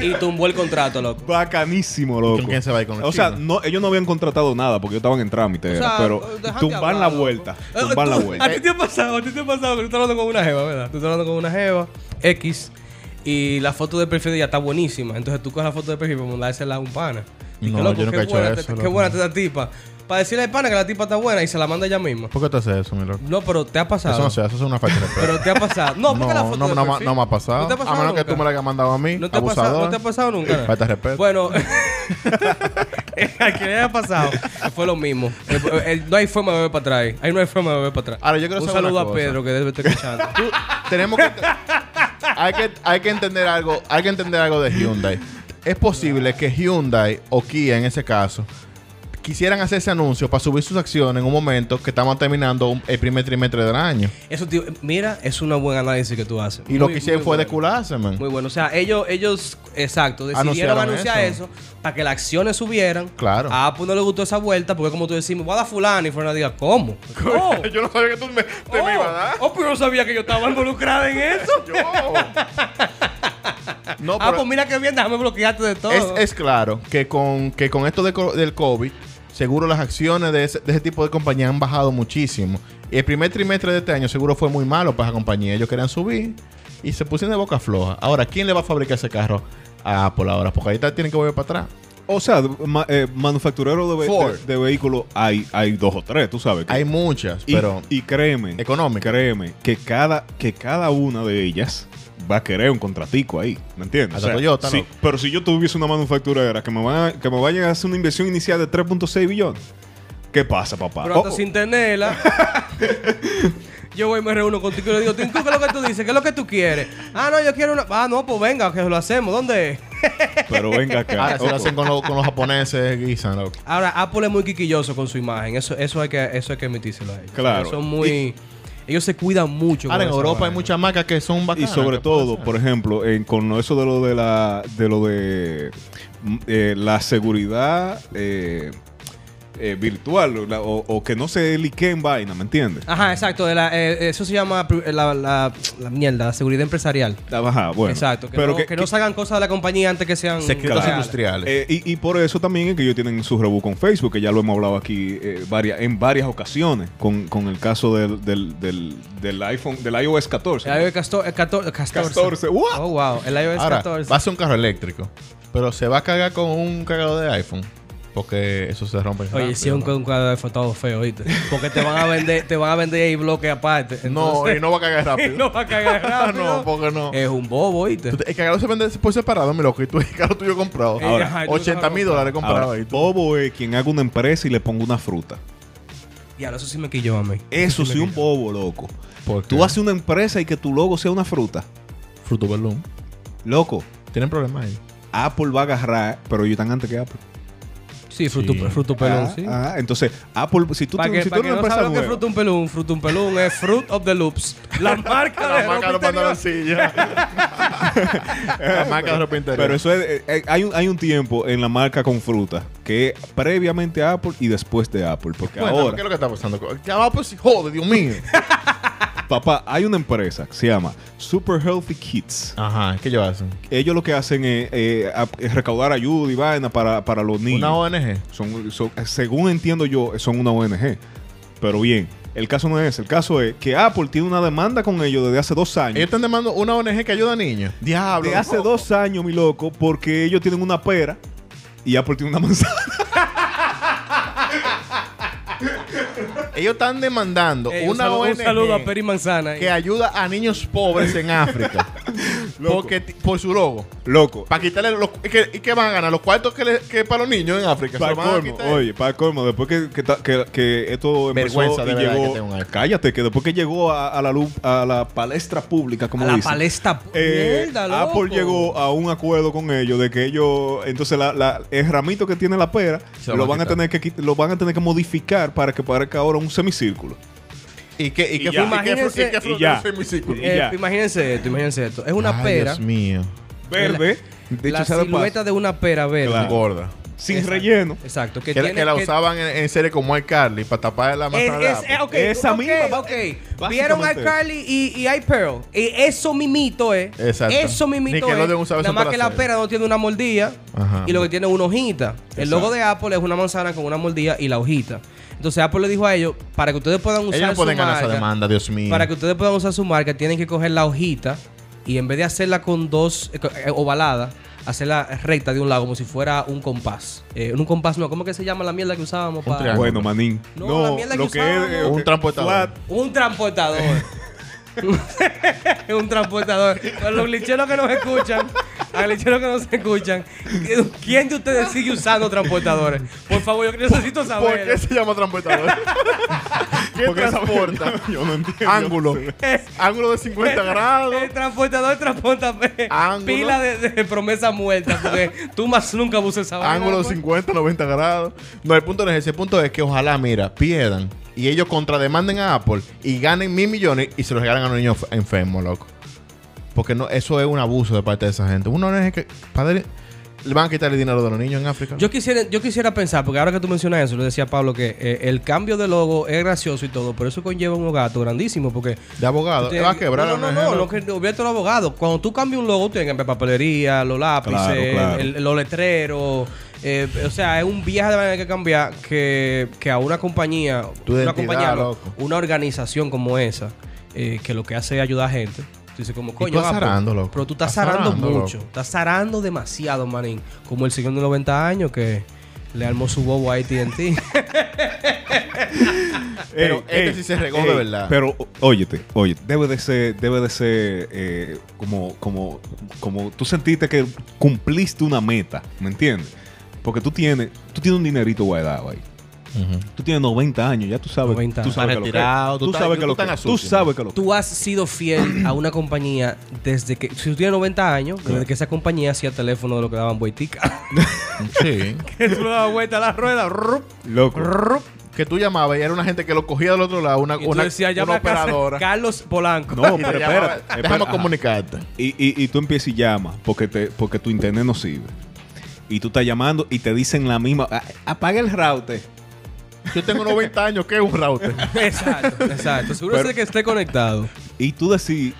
[SPEAKER 2] y tumbó el contrato, loco.
[SPEAKER 4] Bacanísimo, loco.
[SPEAKER 3] ¿Con quién se va a ir? ¿Con los
[SPEAKER 4] o sea,
[SPEAKER 3] chinos?
[SPEAKER 4] no, ellos no habían contratado nada porque ellos estaban en trámite,
[SPEAKER 2] O
[SPEAKER 4] era,
[SPEAKER 2] sea,
[SPEAKER 4] pero
[SPEAKER 2] eh, déjate
[SPEAKER 4] tumban
[SPEAKER 2] hablar,
[SPEAKER 4] la
[SPEAKER 2] loco.
[SPEAKER 4] vuelta,
[SPEAKER 2] Eh,
[SPEAKER 4] tumban la
[SPEAKER 2] tú-
[SPEAKER 4] vuelta.
[SPEAKER 2] A ti te ha pasado, a ti te ha pasado que tú estás hablando con una jeva, ¿verdad? Tú estás hablando con una jeva X y la foto de perfil de ella está buenísima. Entonces tú coges la foto de perfil para mandársela a un pana. Y
[SPEAKER 3] No,
[SPEAKER 2] que,
[SPEAKER 3] yo nunca
[SPEAKER 2] qué
[SPEAKER 3] he hecho
[SPEAKER 2] buena,
[SPEAKER 3] eso,
[SPEAKER 2] te- qué
[SPEAKER 3] loco.
[SPEAKER 2] buena te da tipa. Para decirle al pana que la tipa está buena y se la manda ella misma.
[SPEAKER 3] ¿Por qué te haces eso, mi loco?
[SPEAKER 2] No, pero te ha pasado.
[SPEAKER 3] Eso no se hace, eso es una falta de respeto.
[SPEAKER 2] Pero te ha pasado. No, porque la foto
[SPEAKER 3] no,
[SPEAKER 2] de
[SPEAKER 3] no, me ha-
[SPEAKER 2] perfil.
[SPEAKER 3] no me ha pasado.
[SPEAKER 2] ¿No te ha pasado
[SPEAKER 3] a menos que
[SPEAKER 2] nunca?
[SPEAKER 3] tú me la hayas mandado a mí.
[SPEAKER 2] ¿No te, ha pasado, ¿No te ha pasado nunca?
[SPEAKER 3] Falta de respeto.
[SPEAKER 2] Bueno, al que le haya pasado fue lo mismo. Eh, eh, no hay forma de ver para atrás. eh. ahí. Ahí no hay forma de ver para atrás.
[SPEAKER 3] Ahora, yo quiero
[SPEAKER 2] Un
[SPEAKER 3] saber una
[SPEAKER 2] saludo a
[SPEAKER 3] cosa.
[SPEAKER 2] Pedro que debe estar escuchando. Tú-
[SPEAKER 3] Tenemos que. hay, que hay que entender algo. Hay que entender algo de Hyundai. Es posible que Hyundai o Kia en ese caso quisieran hacer ese anuncio para subir sus acciones en un momento que estamos terminando un- el primer trimestre del año.
[SPEAKER 2] eso, tío, mira, es un buen análisis que tú haces.
[SPEAKER 3] Y lo
[SPEAKER 2] Muy-
[SPEAKER 3] que hicieron
[SPEAKER 2] muy
[SPEAKER 3] fue
[SPEAKER 2] bueno.
[SPEAKER 3] descularse, man.
[SPEAKER 2] Muy bueno. O sea, ellos, ellos exacto, decidieron
[SPEAKER 3] Anunciaron
[SPEAKER 2] anunciar eso.
[SPEAKER 3] eso.
[SPEAKER 2] para que las acciones subieran.
[SPEAKER 3] Claro.
[SPEAKER 2] A Apple no le gustó esa vuelta porque, como tú decís, me voy a dar fulano. Y fulano diga, ¿cómo? Oh,
[SPEAKER 3] Yo no sabía que tú me,
[SPEAKER 2] oh, oh, pero yo no sabía que yo estaba involucrada en eso.
[SPEAKER 3] No,
[SPEAKER 2] ah,
[SPEAKER 3] pero-
[SPEAKER 2] pues mira que bien, déjame bloquearte de todo.
[SPEAKER 3] Es, es claro que con, que con esto de co- del COVID, seguro las acciones de ese, de ese tipo de compañías han bajado muchísimo. Y el primer trimestre de este año seguro fue muy malo para esa compañía. Ellos querían subir y se pusieron de boca floja. Ahora, ¿quién le va a fabricar ese carro a Apple ahora? Porque ahorita tienen que volver para atrás.
[SPEAKER 4] o sea, ma- eh, manufacturero de, ve-
[SPEAKER 3] Ford.
[SPEAKER 4] de- de vehículos hay, hay dos o tres, tú sabes. que-
[SPEAKER 3] Hay muchas,
[SPEAKER 4] y,
[SPEAKER 3] pero
[SPEAKER 4] y créeme,
[SPEAKER 3] económicas.
[SPEAKER 4] créeme que cada, que cada una de ellas va a querer un contratico ahí, ¿me entiendes?
[SPEAKER 3] A la Toyota,
[SPEAKER 4] sí,
[SPEAKER 3] ¿no?
[SPEAKER 4] Pero si yo tuviese una manufacturera que me, va, que me vaya a hacer una inversión inicial de 3.6 billones, ¿qué pasa, papá?
[SPEAKER 2] Pero hasta
[SPEAKER 4] Oh,
[SPEAKER 2] sin tenerla. yo voy y me reúno contigo y le digo, Tim Cook, ¿qué es lo que tú dices? ¿Qué es lo que tú quieres? Ah, no, yo quiero una. Ah, no, pues venga, que lo hacemos. ¿Dónde es?
[SPEAKER 4] Pero venga acá.
[SPEAKER 3] Ahora se
[SPEAKER 4] ojo.
[SPEAKER 3] lo hacen con, los- con los japoneses, guisan, loco.
[SPEAKER 2] Ahora, Apple es muy quisquilloso con su imagen. Eso, eso hay que, eso hay que admitírselo a ellos.
[SPEAKER 4] Claro.
[SPEAKER 2] Son muy. Ellos se cuidan mucho.
[SPEAKER 3] Ahora
[SPEAKER 2] con
[SPEAKER 3] en
[SPEAKER 2] esa
[SPEAKER 3] Europa hay
[SPEAKER 2] vaina.
[SPEAKER 3] muchas marcas que son
[SPEAKER 4] Y
[SPEAKER 3] bacanas.
[SPEAKER 4] sobre
[SPEAKER 3] que
[SPEAKER 4] todo,
[SPEAKER 3] pueden
[SPEAKER 4] por ejemplo, en- con eso de lo de la de lo de mm, eh, la seguridad eh, eh, virtual la- o, o que no se liqueen vaina, ¿me entiendes?
[SPEAKER 2] Ajá, exacto. de la- eh, eso se llama pri- la, la- la mierda, la seguridad empresarial.
[SPEAKER 4] Ah, Ajá, bueno.
[SPEAKER 2] exacto. Que
[SPEAKER 4] Pero
[SPEAKER 2] no,
[SPEAKER 4] que-
[SPEAKER 2] que no salgan cosas de la compañía antes que sean.
[SPEAKER 3] Secretos
[SPEAKER 2] reales.
[SPEAKER 3] industriales.
[SPEAKER 4] eh, y, y por eso también es que ellos tienen su rebú con Facebook, que ya lo hemos hablado aquí eh, varias, en varias ocasiones, con, con el caso del, del, del, del iPhone, del iOS 14.
[SPEAKER 2] El iOS 14. 14.
[SPEAKER 4] 14, ¡guau!
[SPEAKER 2] Oh, wow. El iOS
[SPEAKER 3] Ahora,
[SPEAKER 2] 14.
[SPEAKER 3] va a ser un carro eléctrico, pero se va a cargar con un cargador de iPhone, porque eso se rompe.
[SPEAKER 2] Oye,
[SPEAKER 3] rápido,
[SPEAKER 2] si es un,
[SPEAKER 3] ¿no?
[SPEAKER 2] un cuadro de fotos feo, ¿oíste? Porque te van a vender, te van a vender ahí bloque aparte.
[SPEAKER 3] No,
[SPEAKER 2] Entonces,
[SPEAKER 3] y no va a cargar rápido. Ah,
[SPEAKER 2] no va a cagar rápido.
[SPEAKER 3] No, porque no.
[SPEAKER 2] Es un bobo, ¿oíste?
[SPEAKER 3] Tú te- El cargador se vende por separado, mi loco, y tú el carro tuyo comprado.
[SPEAKER 2] Eh,
[SPEAKER 4] Ahora,
[SPEAKER 2] ajá, y tú te
[SPEAKER 3] 80 mil
[SPEAKER 2] vas a
[SPEAKER 3] dólares comprado
[SPEAKER 4] Ahora,
[SPEAKER 3] ahí.
[SPEAKER 4] bobo es quien haga una empresa y le ponga una fruta.
[SPEAKER 2] comprar. Diablo, eso sí me quilló a mí.
[SPEAKER 4] Eso
[SPEAKER 2] me
[SPEAKER 4] sí, un
[SPEAKER 2] quilló.
[SPEAKER 4] bobo, loco.
[SPEAKER 3] ¿Por qué?
[SPEAKER 4] Tú haces una empresa y que tu logo sea una fruta.
[SPEAKER 3] Fruto Balloon.
[SPEAKER 4] Loco,
[SPEAKER 3] Tienen problemas ahí.
[SPEAKER 4] Apple va a agarrar, pero ellos están antes que Apple.
[SPEAKER 2] Sí, fruto,
[SPEAKER 3] Sí.
[SPEAKER 2] fruto pelón,
[SPEAKER 4] Ah,
[SPEAKER 2] sí.
[SPEAKER 4] ah, entonces, Apple, si tú,
[SPEAKER 2] Para
[SPEAKER 4] tienes-
[SPEAKER 2] que,
[SPEAKER 4] si
[SPEAKER 2] pa'
[SPEAKER 4] tú
[SPEAKER 2] que
[SPEAKER 4] eres una
[SPEAKER 2] no
[SPEAKER 4] empresa
[SPEAKER 2] sabes lo que es
[SPEAKER 4] nueva,
[SPEAKER 2] fruto un pelón, fruto un pelón es fruit of the loops. La marca de
[SPEAKER 3] La marca de los
[SPEAKER 2] ropa interior.
[SPEAKER 3] pantaloncillos. La marca de ropa interior.
[SPEAKER 4] pero eso es, eh, eh, hay, un, hay un tiempo en la marca con fruta que es previamente a Apple y después de Apple. Porque
[SPEAKER 3] Cuéntame, ¿Qué
[SPEAKER 4] ahora,
[SPEAKER 3] es lo que está pasando? ¿Qué va pues? Joder, Dios mío.
[SPEAKER 4] papá, hay una empresa que se llama Super Healthy Kids.
[SPEAKER 3] Ajá, ¿qué ellos hacen?
[SPEAKER 4] Ellos lo que hacen es, eh, ap- es recaudar ayuda y vaina para, para los niños.
[SPEAKER 3] Una ONG.
[SPEAKER 4] Son, son- según entiendo yo, son una ONG. Pero bien, el caso no es ese. El caso es que Apple tiene una demanda con ellos desde hace dos años.
[SPEAKER 3] Ellos están demandando una ONG que ayuda a niños. Diablo.
[SPEAKER 4] de hace dos años, mi loco, porque ellos tienen una pera y Apple tiene una manzana.
[SPEAKER 3] Ellos están demandando
[SPEAKER 2] Ey, un,
[SPEAKER 3] una
[SPEAKER 2] saludo, un
[SPEAKER 3] ONG
[SPEAKER 2] saludo a Peri Manzana. ahí.
[SPEAKER 3] que ayuda a niños pobres en África.
[SPEAKER 4] Loco.
[SPEAKER 3] Porque ti- por su logo.
[SPEAKER 4] Loco.
[SPEAKER 3] Para quitarle los. ¿Y qué, y qué van a ganar? ¿Los cuartos que, le- que para los niños en África?
[SPEAKER 4] Para
[SPEAKER 3] ¿Se los van a
[SPEAKER 4] colmo,
[SPEAKER 3] quitar?
[SPEAKER 4] oye, para colmo, después que, que ta- que- que esto empezó
[SPEAKER 3] Vergüenza de
[SPEAKER 4] y
[SPEAKER 3] verdad
[SPEAKER 4] llegó,
[SPEAKER 3] que tengo un iPhone.
[SPEAKER 4] cállate, que después que llegó a, a la luz, a la palestra pública, como
[SPEAKER 2] a la
[SPEAKER 4] dicen,
[SPEAKER 2] palestra.
[SPEAKER 4] eh,
[SPEAKER 2] mierda, loco.
[SPEAKER 4] Apple llegó a un acuerdo con ellos de que ellos, entonces la- la- el ramito que tiene la pera
[SPEAKER 3] Se lo
[SPEAKER 4] lo
[SPEAKER 3] van
[SPEAKER 4] van
[SPEAKER 3] a
[SPEAKER 4] a
[SPEAKER 3] quitar.
[SPEAKER 4] tener que quit- lo van a tener que modificar para que parezca ahora un semicírculo.
[SPEAKER 3] ¿Y qué, y qué, fru- y
[SPEAKER 4] Y ya.
[SPEAKER 3] qué fru-
[SPEAKER 2] Imagínense-
[SPEAKER 3] y qué fruto
[SPEAKER 4] y ya.
[SPEAKER 3] es el semicírculo?
[SPEAKER 4] Y
[SPEAKER 2] Eh,
[SPEAKER 4] ya.
[SPEAKER 2] imagínense esto, imagínense esto. Es una
[SPEAKER 3] Ay,
[SPEAKER 2] pera.
[SPEAKER 3] Dios mío.
[SPEAKER 4] Verde, dicho
[SPEAKER 2] la
[SPEAKER 4] sea de paso,
[SPEAKER 2] silueta de una pera verde.
[SPEAKER 4] Claro.
[SPEAKER 3] Gorda.
[SPEAKER 4] sin
[SPEAKER 2] Exacto.
[SPEAKER 4] relleno.
[SPEAKER 2] Exacto.
[SPEAKER 3] Que,
[SPEAKER 2] Que,
[SPEAKER 3] la-
[SPEAKER 2] tiene,
[SPEAKER 3] que la
[SPEAKER 2] que-
[SPEAKER 3] usaban en, en serie como iCarly para tapar la
[SPEAKER 2] Es,
[SPEAKER 3] manzana. de
[SPEAKER 2] es,
[SPEAKER 3] Apple.
[SPEAKER 2] eh, ok,
[SPEAKER 4] Esa
[SPEAKER 2] ok,
[SPEAKER 4] misma,
[SPEAKER 2] ok.
[SPEAKER 4] básicamente.
[SPEAKER 2] Vieron a Carly y, y a Pearl. Y eso mimito es.
[SPEAKER 3] Exacto.
[SPEAKER 2] Eso mimito es.
[SPEAKER 3] Nickelodeon usaba
[SPEAKER 2] Nada
[SPEAKER 3] eso
[SPEAKER 2] más
[SPEAKER 3] para
[SPEAKER 2] que la
[SPEAKER 3] hacer.
[SPEAKER 2] pera no tiene una mordilla.
[SPEAKER 3] Ajá.
[SPEAKER 2] Y lo que tiene es una hojita. El logo de Apple es una manzana con una mordilla y la hojita. Entonces Apple le dijo a ellos, para que ustedes puedan usar
[SPEAKER 3] Ellos no
[SPEAKER 2] su
[SPEAKER 3] pueden ganar esa
[SPEAKER 2] marca,
[SPEAKER 3] demanda, Dios mío.
[SPEAKER 2] Para que ustedes puedan usar su marca, tienen que coger la hojita y en vez de hacerla con dos eh, co- eh, ovalada, hacerla recta de un lado, como si fuera un compás. Eh, un compás no, ¿cómo que se llama la mierda que usábamos
[SPEAKER 3] Un
[SPEAKER 2] para.
[SPEAKER 3] triángulo.
[SPEAKER 4] Bueno, manín.
[SPEAKER 2] No,
[SPEAKER 4] No,
[SPEAKER 2] la mierda que
[SPEAKER 4] lo que
[SPEAKER 2] usábamos.
[SPEAKER 4] es eh,
[SPEAKER 3] Un transportador.
[SPEAKER 4] flat.
[SPEAKER 2] Un transportador. un transportador. Con los glitcheros que nos escuchan, a glitcheros que nos escuchan, ¿quién de ustedes sigue usando transportadores? Por favor, yo necesito
[SPEAKER 3] ¿Por qué
[SPEAKER 2] saber.
[SPEAKER 3] se llama transportador? ¿Qué
[SPEAKER 4] Porque esa-
[SPEAKER 3] transporta?
[SPEAKER 4] Yo no entiendo.
[SPEAKER 3] Ángulo. Ángulo de 50 grados.
[SPEAKER 2] El transportador transporta pe-
[SPEAKER 3] Ángulo.
[SPEAKER 2] pila de, de promesas muertas porque tú más nunca busques esa vaina,
[SPEAKER 3] Ángulo de
[SPEAKER 2] pues.
[SPEAKER 3] 50, 90 grados. No, el punto no es ese. El punto es que ojalá, mira, pierdan y ellos contrademanden a Apple y ganen mil millones y se los regalan a los niños enf- enfermos, loco. Porque no, eso es un abuso de parte de esa gente. Uno no es que. Padre, le van a quitar el dinero de los niños en África.
[SPEAKER 2] Yo quisiera, yo quisiera pensar, porque ahora que tú mencionas eso, le decía a Pablo que eh, el cambio de logo es gracioso y todo, pero eso conlleva un gato grandísimo porque
[SPEAKER 3] de abogado.
[SPEAKER 2] Te-
[SPEAKER 3] va a quebrar
[SPEAKER 2] no,
[SPEAKER 3] la
[SPEAKER 2] no,
[SPEAKER 3] ONG,
[SPEAKER 2] no, no,
[SPEAKER 3] loco.
[SPEAKER 2] no, que olvídate los abogados. Cuando tú cambias un logo, tú tienes que cambiar papelería, los lápices,
[SPEAKER 4] Claro, claro.
[SPEAKER 2] el- los letreros. eh, o sea, es un viaje de manera que cambiar que, que a una compañía,
[SPEAKER 3] Tu
[SPEAKER 2] una
[SPEAKER 3] identidad,
[SPEAKER 2] compañía, no,
[SPEAKER 3] loco.
[SPEAKER 2] una organización como esa, eh, que lo que hace es ayudar a gente. Tú dices como, coño,
[SPEAKER 3] estás
[SPEAKER 2] ah, pero-
[SPEAKER 3] zarando, loco.
[SPEAKER 2] pero tú estás
[SPEAKER 3] Estás
[SPEAKER 2] zarando
[SPEAKER 3] zarando,
[SPEAKER 2] mucho.
[SPEAKER 3] loco.
[SPEAKER 2] Estás zarando demasiado, manín. Como el señor de 90 años que Le armó su bobo a ATT.
[SPEAKER 3] Pero
[SPEAKER 4] Ey,
[SPEAKER 3] este
[SPEAKER 4] ey,
[SPEAKER 3] sí se regó
[SPEAKER 4] ey,
[SPEAKER 3] de verdad.
[SPEAKER 4] Pero ó- óyete, oye, debe de ser, debe de ser eh, como, como, como tú sentiste que cumpliste una meta, ¿me entiendes? Porque tú tienes, tú tienes un dinerito guardado ahí. Tú tienes 90 años, ya tú sabes,
[SPEAKER 2] 90.
[SPEAKER 4] tú
[SPEAKER 3] Estás
[SPEAKER 4] sabes que lo que
[SPEAKER 3] retirado, tú
[SPEAKER 4] tú
[SPEAKER 3] estás-
[SPEAKER 4] sabes
[SPEAKER 3] tú
[SPEAKER 4] que lo
[SPEAKER 3] estás
[SPEAKER 4] que
[SPEAKER 3] en la
[SPEAKER 4] tú
[SPEAKER 3] sucia.
[SPEAKER 4] sabes que lo
[SPEAKER 2] tú has sido fiel a una compañía desde que. Si tú tienes 90 años, desde que esa compañía hacía teléfono de lo que daban vueltica.
[SPEAKER 3] Sí.
[SPEAKER 2] que tú le dabas vuelta a la rueda. rup,
[SPEAKER 4] loco.
[SPEAKER 2] rup,
[SPEAKER 3] que tú llamabas y era una gente que lo cogía del otro lado, una,
[SPEAKER 2] y tú
[SPEAKER 3] una,
[SPEAKER 2] decías,
[SPEAKER 3] una
[SPEAKER 2] llama a casa
[SPEAKER 3] operadora.
[SPEAKER 2] Carlos Polanco.
[SPEAKER 4] No,
[SPEAKER 3] Y te llamaba,
[SPEAKER 4] pero espérate,
[SPEAKER 3] Déjame
[SPEAKER 4] espérate, ajá.
[SPEAKER 3] comunicarte.
[SPEAKER 4] Y, y, y tú empiezas y llamas porque, te, porque tu internet no sirve. Y tú estás llamando y te dicen la misma. "Ah, Apaga el router.
[SPEAKER 3] Yo tengo 90 años, ¿qué es un router?
[SPEAKER 2] Exacto, exacto. Seguro
[SPEAKER 4] Pero-
[SPEAKER 2] es que esté conectado
[SPEAKER 4] Y tú decís,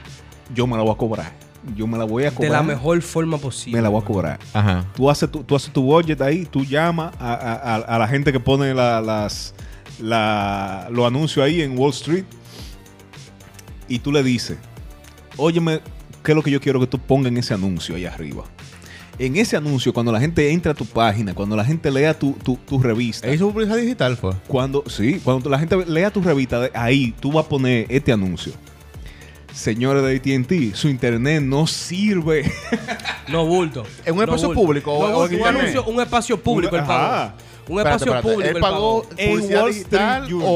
[SPEAKER 4] yo me la voy a cobrar. Yo me la voy a cobrar.
[SPEAKER 2] de la mejor forma
[SPEAKER 4] Me
[SPEAKER 2] posible.
[SPEAKER 4] la voy a cobrar.
[SPEAKER 3] Ajá.
[SPEAKER 4] Tú haces tu, tú haces tu budget ahí, tú llamas a, a- a- a la gente que pone la- las, la- los anuncios ahí en Wall Street y tú le dices, óyeme, ¿qué es lo que yo quiero que tú pongas en ese anuncio ahí arriba? En ese anuncio, cuando la gente entra a tu página, cuando la gente lea tu, tu, tu revista,
[SPEAKER 3] E Hizo publicidad digital, fue.
[SPEAKER 4] cuando, sí, cuando la gente lea tu revista, de- ahí tú vas a poner este anuncio. Señores de ATT, su internet no sirve.
[SPEAKER 2] No bulto.
[SPEAKER 3] ¿En un
[SPEAKER 2] No
[SPEAKER 3] espacio
[SPEAKER 2] bulto.
[SPEAKER 3] público
[SPEAKER 2] No
[SPEAKER 3] o- o
[SPEAKER 2] bulto,
[SPEAKER 3] en
[SPEAKER 2] un,
[SPEAKER 3] internet?
[SPEAKER 2] anuncio, un espacio público,
[SPEAKER 4] Un-
[SPEAKER 2] el pago.
[SPEAKER 4] ajá.
[SPEAKER 2] Un
[SPEAKER 3] Espérate,
[SPEAKER 2] espacio
[SPEAKER 3] espérate.
[SPEAKER 2] público,
[SPEAKER 3] Él
[SPEAKER 2] el
[SPEAKER 3] pagó
[SPEAKER 2] pago.
[SPEAKER 4] En
[SPEAKER 3] publicidad
[SPEAKER 4] Wall
[SPEAKER 3] digital
[SPEAKER 4] Street
[SPEAKER 3] o,
[SPEAKER 4] Journal.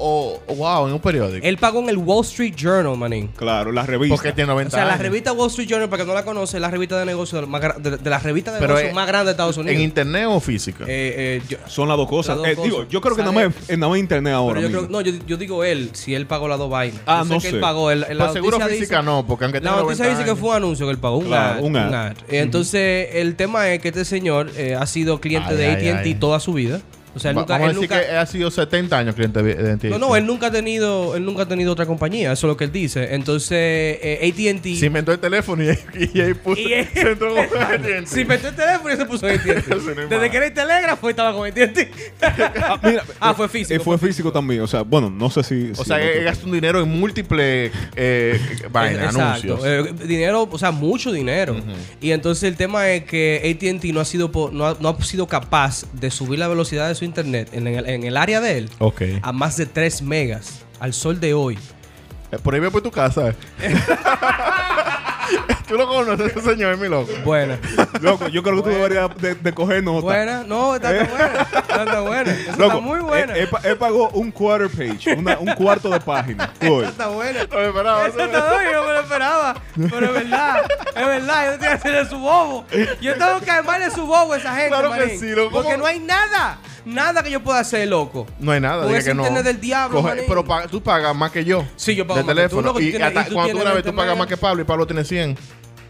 [SPEAKER 3] o, o, wow, en un periódico.
[SPEAKER 2] Él pagó en el Wall Street Journal, manín.
[SPEAKER 4] Claro, la revista.
[SPEAKER 3] Porque tiene 90
[SPEAKER 2] O sea, la
[SPEAKER 3] años.
[SPEAKER 2] revista Wall Street Journal, para que no la conoce, es la revista de negocios de, la más gra- de- de las revistas de
[SPEAKER 3] Pero
[SPEAKER 2] negocios
[SPEAKER 3] es-
[SPEAKER 2] más grandes de Estados
[SPEAKER 3] ¿En
[SPEAKER 2] Unidos.
[SPEAKER 3] internet o física?
[SPEAKER 2] Eh, eh, yo-
[SPEAKER 4] Son las dos cosas.
[SPEAKER 2] Las dos
[SPEAKER 4] Eh, Digo,
[SPEAKER 2] cosas.
[SPEAKER 4] yo creo que nada
[SPEAKER 2] Sale-
[SPEAKER 4] más, en nada más internet ahora.
[SPEAKER 2] pero yo creo,
[SPEAKER 4] mismo.
[SPEAKER 2] no, yo, yo digo él, si él pagó las dos vainas.
[SPEAKER 4] Ah,
[SPEAKER 2] Yo
[SPEAKER 4] no
[SPEAKER 2] que
[SPEAKER 4] sé.
[SPEAKER 2] él pagó. el- el- la
[SPEAKER 3] Pues seguro
[SPEAKER 2] noticia
[SPEAKER 3] física
[SPEAKER 2] dice-
[SPEAKER 3] no, porque aunque tenga
[SPEAKER 2] La noticia
[SPEAKER 3] 90
[SPEAKER 2] dice que
[SPEAKER 3] años.
[SPEAKER 2] fue un anuncio que él pagó, un
[SPEAKER 4] Claro,
[SPEAKER 2] ad,
[SPEAKER 4] un ad.
[SPEAKER 2] un ad. Eh, Entonces, el tema es que este señor eh, ha sido cliente
[SPEAKER 3] Ay,
[SPEAKER 2] de
[SPEAKER 3] ay,
[SPEAKER 2] AT&T
[SPEAKER 3] ay.
[SPEAKER 2] toda su vida. O sea, él
[SPEAKER 3] Va-
[SPEAKER 2] nunca...
[SPEAKER 3] Vamos a
[SPEAKER 2] él
[SPEAKER 3] decir
[SPEAKER 2] nunca
[SPEAKER 3] que ha sido 70 años cliente de de AT&T.
[SPEAKER 2] no, no, él nunca ha tenido, él nunca ha tenido otra compañía, eso es lo que él dice. Entonces, eh, AT&T...
[SPEAKER 3] Se inventó el teléfono y, y ahí puso.
[SPEAKER 2] Y-
[SPEAKER 3] se entró con AT&T.
[SPEAKER 2] Se inventó el teléfono y se puso en AT&T.
[SPEAKER 3] Eso no es
[SPEAKER 2] Desde
[SPEAKER 3] malo.
[SPEAKER 2] que era el telégrafo estaba con AT&T.
[SPEAKER 4] Ah, mira,
[SPEAKER 2] Ah, fue físico, eh,
[SPEAKER 4] eh, fue físico también. O sea, bueno, no sé si.
[SPEAKER 3] O sea, él gasta un dinero en múltiples eh, vainas, anuncios.
[SPEAKER 2] Eh, dinero, o sea, mucho dinero. Y entonces el tema es que AT&T no ha sido po- no ha, no ha sido capaz de subir la velocidad de su internet en el, en el área de él
[SPEAKER 3] Ok.
[SPEAKER 2] a más de 3 megas al sol de hoy.
[SPEAKER 3] Eh, Por ahí ve por tu casa. Tú lo conoces, ese señor es mi loco.
[SPEAKER 2] Buena.
[SPEAKER 4] Loco, yo creo que tú deberías de, de coger nota.
[SPEAKER 2] buena. No, está tan buena. Está tan buena. Esa está
[SPEAKER 4] Loco, eh,
[SPEAKER 2] muy buena.
[SPEAKER 3] eh,
[SPEAKER 4] Él, él pa- él pagó un quarter page, una- un cuarto de página. Uy.
[SPEAKER 2] Esa está buena.
[SPEAKER 3] No me paraba,
[SPEAKER 2] Eso está doy, yo me lo esperaba. Pero es verdad, es verdad, yo tengo que hacerle su bobo. Yo tengo que armarle su bobo a esa gente.
[SPEAKER 3] Claro que
[SPEAKER 2] manín.
[SPEAKER 3] sí, loco.
[SPEAKER 2] Porque
[SPEAKER 3] ¿Cómo?
[SPEAKER 2] no hay nada, nada que yo pueda hacer, loco.
[SPEAKER 3] No hay nada,
[SPEAKER 2] Con
[SPEAKER 3] diga
[SPEAKER 2] ese
[SPEAKER 3] que no.
[SPEAKER 2] internet del diablo,
[SPEAKER 3] Coge-
[SPEAKER 2] manín.
[SPEAKER 3] pero pa- tú pagas más que yo.
[SPEAKER 2] Sí, yo pago
[SPEAKER 3] de
[SPEAKER 2] más que tú,
[SPEAKER 3] teléfono.
[SPEAKER 2] loco, tú
[SPEAKER 3] y
[SPEAKER 2] tienes-
[SPEAKER 3] hasta
[SPEAKER 2] y tú
[SPEAKER 3] cuando tú
[SPEAKER 2] tienes
[SPEAKER 3] grabes, tú
[SPEAKER 2] 20
[SPEAKER 3] pagas más
[SPEAKER 2] megas.
[SPEAKER 3] que Pablo y Pablo tiene 100.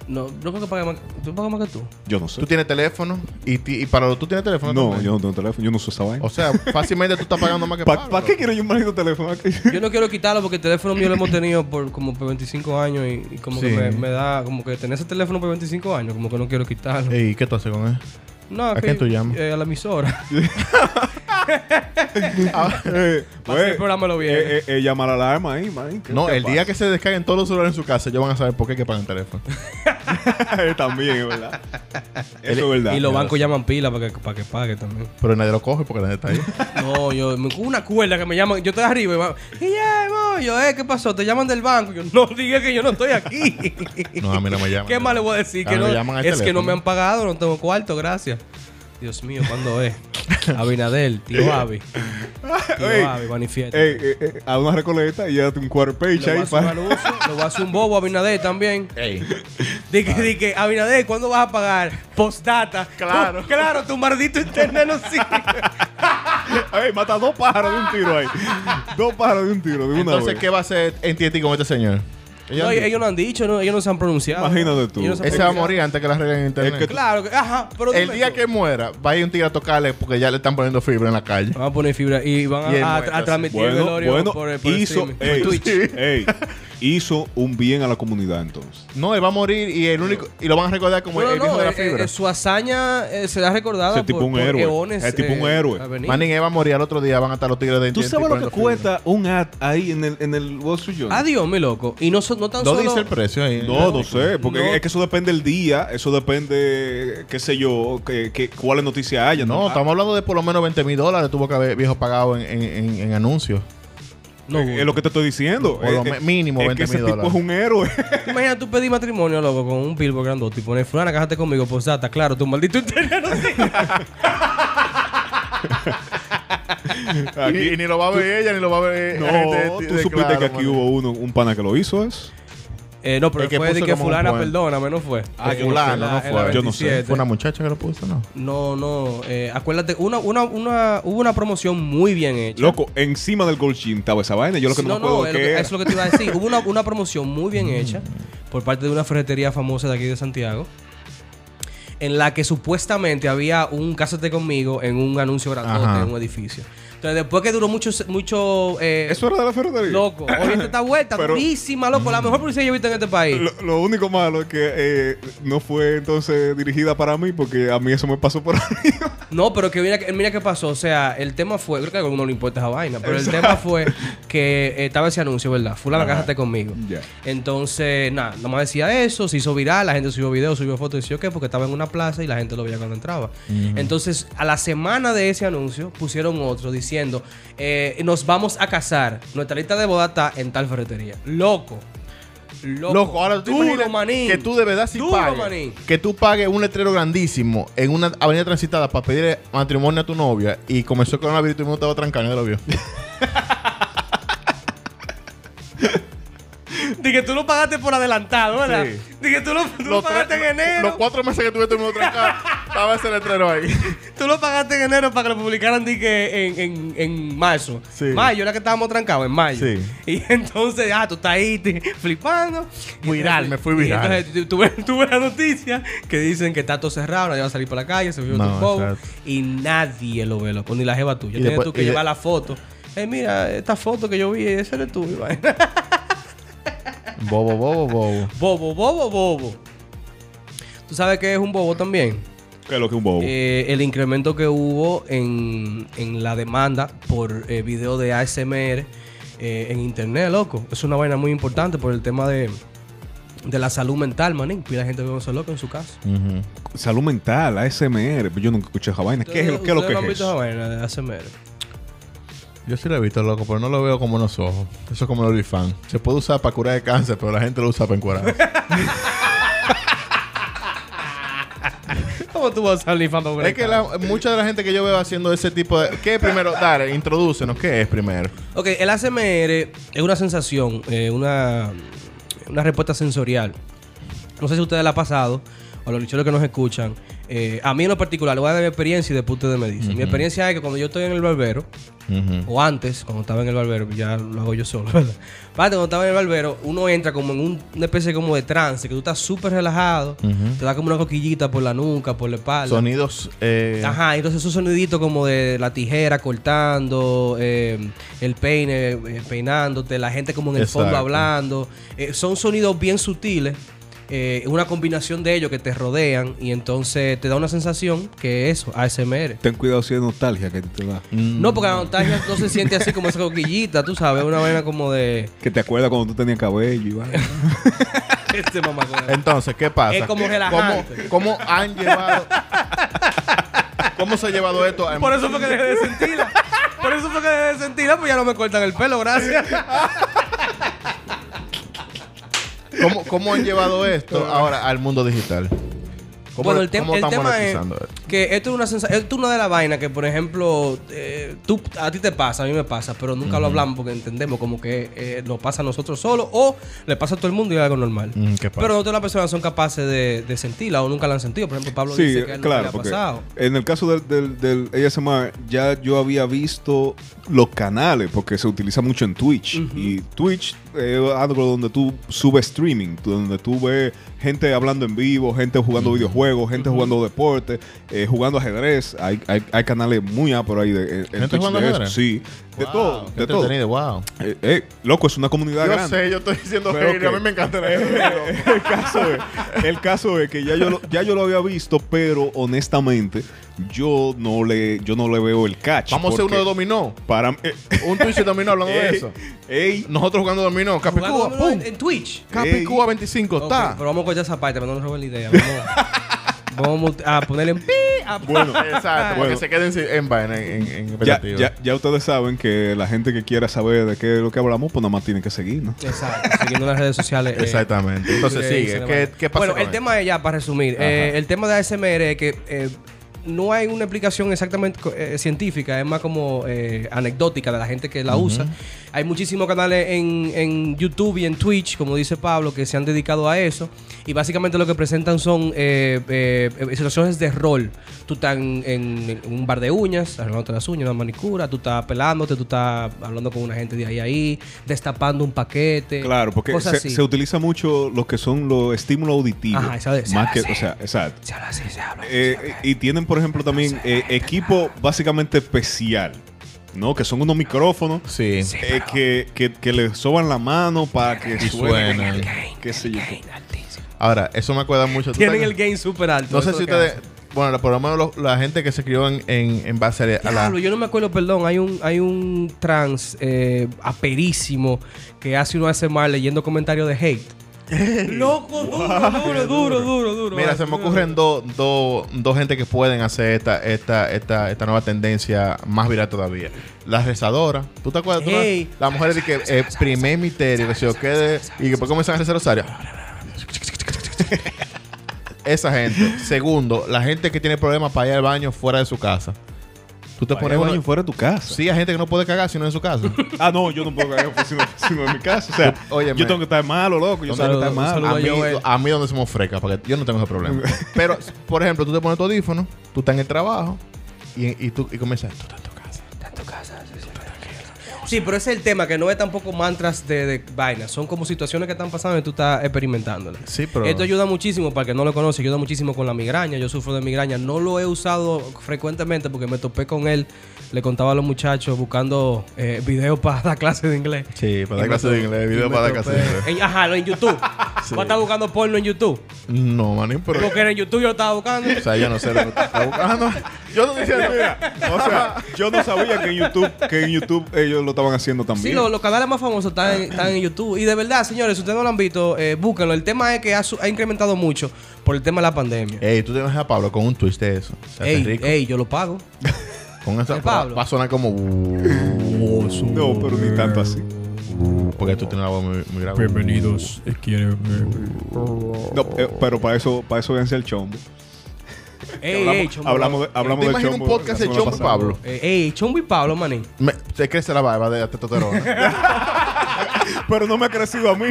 [SPEAKER 2] No, no creo que pague más. ¿Tú pagas más que tú?
[SPEAKER 4] Yo no sé.
[SPEAKER 3] Tú tienes teléfono y, ti- y para lo tú tienes teléfono.
[SPEAKER 4] No,
[SPEAKER 3] también.
[SPEAKER 4] yo no tengo teléfono. Yo no sé esa vaina.
[SPEAKER 3] O sea, fácilmente tú estás pagando más que
[SPEAKER 4] ¿Para
[SPEAKER 3] Pablo.
[SPEAKER 4] qué quiero yo un maldito teléfono?
[SPEAKER 2] Yo no quiero quitarlo porque el teléfono mío lo hemos tenido por como por 25 años y, y como que
[SPEAKER 3] Sí.
[SPEAKER 2] me, me da, como que tener ese teléfono por 25 años, como que no quiero quitarlo.
[SPEAKER 3] ¿Y qué tú haces con él?
[SPEAKER 2] no, es
[SPEAKER 3] ¿a
[SPEAKER 2] que
[SPEAKER 3] quién
[SPEAKER 2] yo-
[SPEAKER 3] tú llamas?
[SPEAKER 2] eh, a la emisora.
[SPEAKER 3] Ah,
[SPEAKER 4] Eh,
[SPEAKER 2] Pasa el programa lo viene.
[SPEAKER 4] eh, eh, eh, llama la alarma ahí, man. ¿Qué-
[SPEAKER 3] No,
[SPEAKER 4] qué
[SPEAKER 3] el día
[SPEAKER 4] pasa?
[SPEAKER 3] que se descarguen todos los celulares en su casa, ellos van a saber por qué que pagan teléfono.
[SPEAKER 4] Eh, También, es verdad. Eso es verdad.
[SPEAKER 2] y los bancos llaman pila para que, para que pague también.
[SPEAKER 3] Pero nadie lo coge porque nadie está ahí.
[SPEAKER 2] No, yo, me una cuerda que me llaman, yo estoy arriba y va, Guillermo, yo, eh, ¿qué pasó? Te llaman del banco. Yo, no diga que yo no estoy aquí.
[SPEAKER 3] No, a mí no me llaman.
[SPEAKER 2] ¿Qué más le voy a decir?
[SPEAKER 3] Ah,
[SPEAKER 2] Que
[SPEAKER 3] me
[SPEAKER 2] no,
[SPEAKER 3] llaman
[SPEAKER 2] es
[SPEAKER 3] al
[SPEAKER 2] que no
[SPEAKER 3] teléfono.
[SPEAKER 2] me han pagado, no tengo cuarto, gracias. Dios mío, ¿cuándo es? Abinadel, tío Avi.
[SPEAKER 4] Ey,
[SPEAKER 2] Tío Avi, manifiesta.
[SPEAKER 4] Ey, eh, eh, a una recoleta y llévate un quarter
[SPEAKER 2] Lo
[SPEAKER 4] page
[SPEAKER 2] voy a
[SPEAKER 4] ahí
[SPEAKER 2] hacer
[SPEAKER 4] para.
[SPEAKER 2] mal uso, lo voy a hacer un bobo a Abinadel también.
[SPEAKER 3] Ey.
[SPEAKER 2] Di que, di que, Abinader, ¿cuándo vas a pagar? Postdata.
[SPEAKER 3] Claro.
[SPEAKER 2] Tú- claro, tu maldito internet no sirve.
[SPEAKER 4] Ey, mata dos pájaros de un tiro ahí. dos pájaros de un tiro, de una
[SPEAKER 3] Entonces,
[SPEAKER 4] vez.
[SPEAKER 3] ¿qué va a hacer NTT con este señor?
[SPEAKER 2] No, ellos, no han dicho, no, ellos no se han pronunciado.
[SPEAKER 4] Imagínate tú.
[SPEAKER 2] Ellos no se han
[SPEAKER 3] Ese va a
[SPEAKER 2] pronunciado.
[SPEAKER 3] morir antes que la arreglen en internet.
[SPEAKER 4] Es que-
[SPEAKER 2] Claro, que- ajá, pero
[SPEAKER 3] el
[SPEAKER 2] dime
[SPEAKER 3] día
[SPEAKER 2] tú.
[SPEAKER 3] que muera, va a ir un tigre a tocarle porque ya le están poniendo fibra en la calle.
[SPEAKER 2] Van a poner fibra y van
[SPEAKER 3] Y él
[SPEAKER 2] a, a-
[SPEAKER 3] muerto,
[SPEAKER 2] a
[SPEAKER 3] sí.
[SPEAKER 2] transmitir el
[SPEAKER 4] Bueno,
[SPEAKER 2] velorio
[SPEAKER 4] bueno,
[SPEAKER 2] por, por
[SPEAKER 4] hizo.
[SPEAKER 2] streaming, por
[SPEAKER 4] Ey,
[SPEAKER 2] Twitch.
[SPEAKER 4] ey, hizo un bien a la comunidad entonces.
[SPEAKER 3] No, él va a morir y el único y lo van a recordar como
[SPEAKER 2] No,
[SPEAKER 3] el, el
[SPEAKER 2] no,
[SPEAKER 3] viejo de la
[SPEAKER 2] eh, eh,
[SPEAKER 3] fibra.
[SPEAKER 2] su hazaña eh, será recordada
[SPEAKER 4] Ese tipo
[SPEAKER 2] por,
[SPEAKER 4] un
[SPEAKER 2] por
[SPEAKER 4] héroe.
[SPEAKER 2] eones, eh,
[SPEAKER 4] Ese tipo un héroe.
[SPEAKER 2] avenida.
[SPEAKER 3] Manning, él va a morir al otro día, van a estar los tigres de
[SPEAKER 4] ¿Tú
[SPEAKER 3] Inter-
[SPEAKER 4] sabes lo
[SPEAKER 3] poniendo
[SPEAKER 4] que
[SPEAKER 3] fibra.
[SPEAKER 4] cuesta un ad ahí en el, en el Wall Street Journal?
[SPEAKER 2] Adiós, mi loco. Y no, so- no tan
[SPEAKER 3] No
[SPEAKER 2] solo...
[SPEAKER 3] dice el precio ahí.
[SPEAKER 4] No, no sé, porque
[SPEAKER 2] Ah, No.
[SPEAKER 4] es que eso depende del día, eso depende, qué sé yo, que, que- cuáles noticias haya.
[SPEAKER 3] No,
[SPEAKER 4] Ah,
[SPEAKER 3] estamos hablando de por lo menos 20 mil dólares tuvo que haber viejo pagado en, en- en- en anuncios.
[SPEAKER 2] No,
[SPEAKER 3] eh,
[SPEAKER 4] es lo que te estoy diciendo.
[SPEAKER 3] Por lo
[SPEAKER 4] Eh,
[SPEAKER 3] me-
[SPEAKER 4] eh,
[SPEAKER 3] mínimo
[SPEAKER 4] es
[SPEAKER 3] 20
[SPEAKER 4] que ese
[SPEAKER 3] mil
[SPEAKER 4] tipo es
[SPEAKER 3] dólares.
[SPEAKER 4] un héroe.
[SPEAKER 2] ¿Te imaginas tú pedir matrimonio, loco, con un billboard grandote y poner fulana, cásate conmigo, pues data, claro, tu maldito interior.
[SPEAKER 4] Aquí-
[SPEAKER 3] y, y ni lo va a ver ella, ni lo va a ver.
[SPEAKER 4] no,
[SPEAKER 3] la gente de-
[SPEAKER 4] tú
[SPEAKER 3] de-
[SPEAKER 4] supiste
[SPEAKER 3] claro,
[SPEAKER 4] que aquí
[SPEAKER 3] Manning.
[SPEAKER 4] hubo uno, un pana que lo hizo eso.
[SPEAKER 2] Eh, no, pero
[SPEAKER 3] El que
[SPEAKER 2] fue de
[SPEAKER 3] puso
[SPEAKER 2] que
[SPEAKER 3] como un
[SPEAKER 2] fulana,
[SPEAKER 3] poema.
[SPEAKER 2] perdóname, no fue.
[SPEAKER 3] Ah,
[SPEAKER 2] Eh,
[SPEAKER 3] yo no sé,
[SPEAKER 2] fulana,
[SPEAKER 3] no, no
[SPEAKER 2] en
[SPEAKER 3] fue.
[SPEAKER 2] la
[SPEAKER 4] Yo no sé.
[SPEAKER 2] 27.
[SPEAKER 3] Fue una muchacha que lo puso, ¿no?
[SPEAKER 2] No, no, eh, acuérdate, una, una, una, hubo una promoción muy bien hecha.
[SPEAKER 4] Loco, encima del Gold Gym estaba esa vaina. Yo lo que
[SPEAKER 2] Sí,
[SPEAKER 4] no, me acuerdo
[SPEAKER 2] es
[SPEAKER 4] qué
[SPEAKER 2] lo que-
[SPEAKER 4] era.
[SPEAKER 2] es lo que te iba a decir. Hubo una, una promoción muy bien hecha por parte de una ferretería famosa de aquí de Santiago. En la que supuestamente había un cásate conmigo en un anuncio grandote
[SPEAKER 3] Ajá.
[SPEAKER 2] en un edificio. Entonces, después que duró mucho, mucho eh,
[SPEAKER 4] Eso era de la ferretería.
[SPEAKER 2] loco, oye esta vuelta,
[SPEAKER 4] Pero-
[SPEAKER 2] durísima, loco, la mejor publicidad que yo he visto en este país.
[SPEAKER 4] Lo, lo único malo es que eh, no fue entonces dirigida para mí porque a mí eso me pasó por arriba.
[SPEAKER 2] No, pero que mira, que- mira qué pasó. O sea, el tema fue, creo que a alguno no le importa esa vaina, pero el tema fue que eh, estaba ese anuncio, ¿verdad? Fulana,
[SPEAKER 4] Ajá.
[SPEAKER 2] cásate conmigo.
[SPEAKER 4] Ya.
[SPEAKER 2] Entonces, nada, nomás decía eso, se hizo viral, la gente subió videos, subió fotos, decía, ok, porque estaba en una plaza y la gente lo veía cuando entraba. Entonces, a la semana de ese anuncio, pusieron otro diciendo, eh, nos vamos a casar, nuestra lista de boda está en tal ferretería. Loco. Loco,
[SPEAKER 3] Loco, ahora tú
[SPEAKER 2] duro,
[SPEAKER 3] imaginas
[SPEAKER 2] manín.
[SPEAKER 3] que tú de verdad sí
[SPEAKER 2] Duro,
[SPEAKER 3] pagues.
[SPEAKER 2] manín.
[SPEAKER 3] Que tú pagues un letrero grandísimo en una avenida transitada para pedir matrimonio a tu novia y comenzó el coronavirus y todo el mundo estaba trancando lo vio.
[SPEAKER 2] De que tú lo pagaste por adelantado, ¿verdad?
[SPEAKER 4] Sí.
[SPEAKER 2] De que tú lo, tú lo pagaste
[SPEAKER 3] tres-
[SPEAKER 2] en enero.
[SPEAKER 3] los cuatro meses que tuve todo el mundo trancado, estaba ese letrero ahí.
[SPEAKER 2] Tú lo pagaste en enero para que lo publicaran di que, en, en, en marzo.
[SPEAKER 3] Sí.
[SPEAKER 2] Mayo era que estábamos trancados, en mayo.
[SPEAKER 3] Sí.
[SPEAKER 2] Y entonces, ah, tú estás ahí te- flipando. Y
[SPEAKER 3] Viral,
[SPEAKER 2] entonces-
[SPEAKER 3] me fui viral.
[SPEAKER 2] y entonces tú- tú ves- tú ves la noticia que dicen que está todo cerrado, nadie va a salir para la calle, se vio
[SPEAKER 3] No,
[SPEAKER 2] un poco.
[SPEAKER 3] exacto.
[SPEAKER 2] Y nadie lo ve, loco, ni la jeva tuya.
[SPEAKER 3] Y
[SPEAKER 2] Tienes
[SPEAKER 3] después-
[SPEAKER 2] tú que
[SPEAKER 3] y de-
[SPEAKER 2] llevar la foto. Eh, mira, esta foto que yo vi, esa eres tú, mi vaina.
[SPEAKER 3] Bobo, bobo, bobo.
[SPEAKER 2] Bobo, bobo, bobo. ¿Tú sabes qué es un bobo también?
[SPEAKER 4] Que es lo que un bobo.
[SPEAKER 2] Eh, el incremento que hubo en, en la demanda por eh, video de ASMR eh, en internet, loco. Es una vaina muy importante por el tema de, de la salud mental, manín. Y la gente ve eso loco en su casa.
[SPEAKER 3] Ujú.
[SPEAKER 4] Salud mental, ASMR. Yo nunca escuché esa vaina. ¿Qué, es lo- qué es lo
[SPEAKER 2] ¿Ustedes no
[SPEAKER 4] que
[SPEAKER 2] han
[SPEAKER 4] es
[SPEAKER 2] visto esa
[SPEAKER 4] eso?
[SPEAKER 2] vaina de ASMR?
[SPEAKER 3] Yo sí lo he visto, loco, pero no lo veo como unos ojos. Eso es como el OnlyFans. Se puede usar para curar el cáncer, pero la gente lo usa para encuadrarse.
[SPEAKER 2] ¿Cómo tú vas a salir fama
[SPEAKER 3] es que la- mucha de la gente que yo veo haciendo ese tipo de... ¿Qué primero? Dale, introdúcenos. ¿Qué es primero?
[SPEAKER 2] Ok, el ASMR es una sensación, eh, una, una respuesta sensorial. No sé si a ustedes la ha pasado, o a los licheros que nos escuchan. eh, a mí en lo particular, le voy a dar mi experiencia y después ustedes me dicen. Mi experiencia es que cuando yo estoy en el barbero, o antes, cuando estaba en el barbero, que ya lo hago yo solo, ¿verdad? Pero Antes, cuando estaba en el barbero, uno entra como en un- una especie como de trance, que tú estás súper relajado, te da como una coquillita por la nuca, por la espalda.
[SPEAKER 3] Sonidos... eh,
[SPEAKER 2] Ajá, entonces esos soniditos como de la tijera cortando, eh, el peine eh, peinándote, la gente como en el fondo
[SPEAKER 3] Exacto.
[SPEAKER 2] hablando. Eh, son sonidos bien sutiles, eh, una combinación de ellos que te rodean y entonces te da una sensación que es eso, ASMR.
[SPEAKER 4] Ten cuidado si es nostalgia que te da.
[SPEAKER 3] Mm.
[SPEAKER 2] No, porque la nostalgia no se siente así como esa coquillita, tú sabes, una vaina como de...
[SPEAKER 4] Que te acuerdas cuando tú tenías cabello y vaina.
[SPEAKER 2] Este mamacón.
[SPEAKER 3] Entonces, ¿qué pasa?
[SPEAKER 2] Es como relajante.
[SPEAKER 3] ¿Cómo, cómo han llevado... ¿Cómo se ha llevado esto? a-
[SPEAKER 2] Por eso fue que dejé de sentirla. Por eso fue que dejé de sentirla, pues ya no me cortan el pelo, gracias.
[SPEAKER 3] ¿Cómo, cómo han llevado esto ahora al mundo digital? ¿Cómo,
[SPEAKER 2] bueno, el, tem-
[SPEAKER 3] cómo
[SPEAKER 2] el
[SPEAKER 3] están
[SPEAKER 2] tema es
[SPEAKER 3] monetizando esto?
[SPEAKER 2] que esto es una sensa- esto es una de las vainas que, por ejemplo, eh, tú, a ti te pasa, a mí me pasa, pero nunca lo hablamos porque entendemos como que eh, nos pasa a nosotros solos o le pasa a todo el mundo y es algo normal.
[SPEAKER 3] Mm, ¿qué pasa?
[SPEAKER 2] Pero no todas las personas son capaces de, de sentirla o nunca la han sentido. Por ejemplo, Pablo
[SPEAKER 4] Sí,
[SPEAKER 2] dice que a él no le
[SPEAKER 4] claro,
[SPEAKER 2] ha
[SPEAKER 4] porque
[SPEAKER 2] pasado.
[SPEAKER 4] en el caso del, del, del ASMR ya yo había visto los canales porque se utiliza mucho en Twitch y Twitch eh, es algo donde tú subes streaming, tú- donde tú ves gente hablando en vivo, gente jugando videojuegos, gente jugando deporte, eh, eh, jugando ajedrez. Hay, hay, hay canales muy A por ahí de, en- en
[SPEAKER 3] ¿Gente
[SPEAKER 4] Twitch
[SPEAKER 3] jugando
[SPEAKER 4] de eso.
[SPEAKER 3] ajedrez?
[SPEAKER 4] Sí, de
[SPEAKER 3] Wow,
[SPEAKER 4] todo,
[SPEAKER 3] qué
[SPEAKER 4] de todo.
[SPEAKER 3] entretenido, wow.
[SPEAKER 4] Eh, eh, loco, es una comunidad
[SPEAKER 3] Yo
[SPEAKER 4] grande.
[SPEAKER 3] sé, yo estoy diciendo
[SPEAKER 4] Pero
[SPEAKER 3] hater, a
[SPEAKER 4] ok.
[SPEAKER 3] mí me encanta la gente.
[SPEAKER 4] el caso es, el caso es que ya yo, lo, ya yo lo había visto, pero honestamente yo no le, yo no le veo el catch.
[SPEAKER 3] Vamos a hacer uno
[SPEAKER 4] porque
[SPEAKER 3] de dominó.
[SPEAKER 4] Para eh,
[SPEAKER 3] Un Twitch de dominó hablando de
[SPEAKER 4] ey,
[SPEAKER 3] eso.
[SPEAKER 4] ey,
[SPEAKER 3] Nosotros jugando dominó.
[SPEAKER 2] Jugando
[SPEAKER 3] Capicúa,
[SPEAKER 2] número
[SPEAKER 3] pum.
[SPEAKER 2] en, en Twitch.
[SPEAKER 3] Capicúa 25,
[SPEAKER 2] Ok,
[SPEAKER 3] está.
[SPEAKER 2] pero vamos a cortar esa parte, pero no nos roben la idea. Vamos, vamos a ponerle en pi a
[SPEAKER 4] bueno,
[SPEAKER 3] Exacto, para
[SPEAKER 4] Bueno.
[SPEAKER 3] que se queden sin- en vaina, en, en, en
[SPEAKER 4] ya,
[SPEAKER 3] operativa.
[SPEAKER 4] ya, ya ustedes saben que la gente que quiera saber de qué es lo que hablamos, pues nada más tiene que seguirnos.
[SPEAKER 2] Exacto, siguiendo las redes sociales. eh,
[SPEAKER 3] Exactamente. Entonces
[SPEAKER 2] eh, se
[SPEAKER 3] sigue.
[SPEAKER 2] le
[SPEAKER 3] ¿Qué,
[SPEAKER 2] va.
[SPEAKER 3] qué pasa
[SPEAKER 2] Bueno,
[SPEAKER 3] con
[SPEAKER 2] el
[SPEAKER 3] él?
[SPEAKER 2] tema es ya, para resumir, eh, el tema de ASMR es que eh, no hay una explicación exactamente co- eh, científica, es más como eh, anecdótica de la gente que la usa. Hay muchísimos canales en, en YouTube y en Twitch, como dice Pablo, que se han dedicado a eso. Y básicamente lo que presentan son eh, eh, eh, situaciones de rol. Tú estás en, en un bar de uñas, arreglándote las uñas, una manicura, tú estás pelándote, tú estás hablando con una gente de ahí a ahí, destapando un paquete.
[SPEAKER 4] Claro, porque
[SPEAKER 2] cosas
[SPEAKER 4] se,
[SPEAKER 2] así.
[SPEAKER 4] se utiliza mucho lo que son los estímulos auditivos.
[SPEAKER 2] Ajá, esa de-
[SPEAKER 4] más que,
[SPEAKER 2] sí.
[SPEAKER 4] o sea, exacto.
[SPEAKER 2] Se habla así, se habla así,
[SPEAKER 4] Eh,
[SPEAKER 2] se habla así.
[SPEAKER 4] y tienen, por ejemplo, también eh, equipo básicamente especial, ¿no? Que son unos micrófonos
[SPEAKER 3] Sí.
[SPEAKER 2] Sí,
[SPEAKER 4] eh,
[SPEAKER 2] pero-
[SPEAKER 4] que, que, que le soban la mano para que
[SPEAKER 3] Y
[SPEAKER 4] suene.
[SPEAKER 3] suene.
[SPEAKER 4] Qué sé yo.
[SPEAKER 3] Ahora, eso me acuerda mucho. ¿Tú
[SPEAKER 2] Tienen
[SPEAKER 3] te-
[SPEAKER 2] el gain super alto.
[SPEAKER 3] No sé
[SPEAKER 2] eso
[SPEAKER 3] si
[SPEAKER 2] es lo que
[SPEAKER 3] ustedes. Bueno, por lo menos lo- la gente que se crió en, en, en base a la- a la.
[SPEAKER 2] Diablo, yo no me acuerdo, perdón, hay un, hay un trans eh, aperísimo que hace uno hace mal leyendo comentarios de hate. Loco, duro, duro, duro, duro, duro.
[SPEAKER 3] Mira, se me ocurren dos dos- dos gente que pueden hacer esta, esta, esta, esta nueva tendencia más viral todavía. La rezadora. ¿Tú te acuerdas? Tú no-
[SPEAKER 2] Ey.
[SPEAKER 3] Las mujeres de que eh, primer misterio, que se yo quede y que después comienzan a rezar rosario. Esa gente. Segundo, la gente que tiene problemas para ir al baño fuera de su casa. Tú te
[SPEAKER 4] Poner
[SPEAKER 3] pones
[SPEAKER 4] baño
[SPEAKER 3] uno,
[SPEAKER 4] fuera de tu casa.
[SPEAKER 3] Sí, hay gente que no puede cagar si no es en su casa.
[SPEAKER 4] Ah, no, yo no puedo caer sino, en mi casa. O sea,
[SPEAKER 3] Óyeme.
[SPEAKER 4] yo tengo que estar malo, loco. Yo
[SPEAKER 2] Un
[SPEAKER 4] tengo
[SPEAKER 2] saludo,
[SPEAKER 4] que estar
[SPEAKER 2] un
[SPEAKER 4] malo.
[SPEAKER 2] saludo.
[SPEAKER 3] a, mí,
[SPEAKER 2] yo, eh.
[SPEAKER 3] a mí donde somos frescas, porque yo no tengo ese problema. Pero, por ejemplo, tú te pones tu audífono, tú estás en el trabajo y, y tú y comienzas. "Tú estás en tu casa".
[SPEAKER 2] Sí, pero ese es el tema, que no es tampoco mantras de, de vainas. Son como situaciones que están pasando y tú estás experimentándolas.
[SPEAKER 3] Sí, pero-
[SPEAKER 2] Esto ayuda muchísimo, para el que no lo conoce, ayuda muchísimo con la migraña. Yo sufro de migraña. No lo he usado frecuentemente porque me topé con él. Le contaba a los muchachos buscando eh, videos para dar clases de inglés.
[SPEAKER 3] Sí, para dar
[SPEAKER 2] Y me
[SPEAKER 3] clases de
[SPEAKER 2] to-
[SPEAKER 3] inglés,
[SPEAKER 2] y
[SPEAKER 3] video
[SPEAKER 2] me
[SPEAKER 3] para dar
[SPEAKER 2] topé-
[SPEAKER 3] clases de inglés.
[SPEAKER 2] En- ajá, en YouTube. Vos estás buscando porno en YouTube.
[SPEAKER 3] No, manín, pero.
[SPEAKER 2] Porque en YouTube yo lo estaba buscando.
[SPEAKER 3] O sea, yo no sé lo que tú estás buscando. Yo no te diciendo, mira.
[SPEAKER 4] O sea, yo no sabía que en YouTube, que en YouTube ellos lo estaban haciendo también.
[SPEAKER 2] Sí, lo- los canales más famosos están, en- están en YouTube. Y de verdad, señores, si ustedes no lo han visto, eh, búsquenlo. El tema es que ha, su- ha incrementado mucho por el tema de la pandemia.
[SPEAKER 3] Ey, tú te vas a Pablo con un twist de eso. O sea,
[SPEAKER 2] Ey,
[SPEAKER 3] Eh, rico.
[SPEAKER 2] ey, yo lo pago.
[SPEAKER 3] con esa
[SPEAKER 2] ¿El Pablo?
[SPEAKER 3] va a sonar como. uh,
[SPEAKER 4] No, pero ni tanto así.
[SPEAKER 3] Porque tú tienes una voz muy, muy grave.
[SPEAKER 1] Bienvenidos. eh, Quiero.
[SPEAKER 4] No, eh, pero para eso, para eso véanse el chombo.
[SPEAKER 2] Ey,
[SPEAKER 4] Hablamos,
[SPEAKER 2] ey, Chombo.
[SPEAKER 4] hablamos, de- hablamos
[SPEAKER 3] ¿Te
[SPEAKER 4] del
[SPEAKER 3] imaginas
[SPEAKER 4] chombo.
[SPEAKER 3] un podcast
[SPEAKER 4] la
[SPEAKER 3] de
[SPEAKER 4] semana
[SPEAKER 3] Chombo
[SPEAKER 4] pasada.
[SPEAKER 3] Pablo?
[SPEAKER 2] Eh, Ey, Chombo y Pablo, manín.
[SPEAKER 3] Me- te crece la barba de la testosterona.
[SPEAKER 4] Pero no me ha crecido a mí.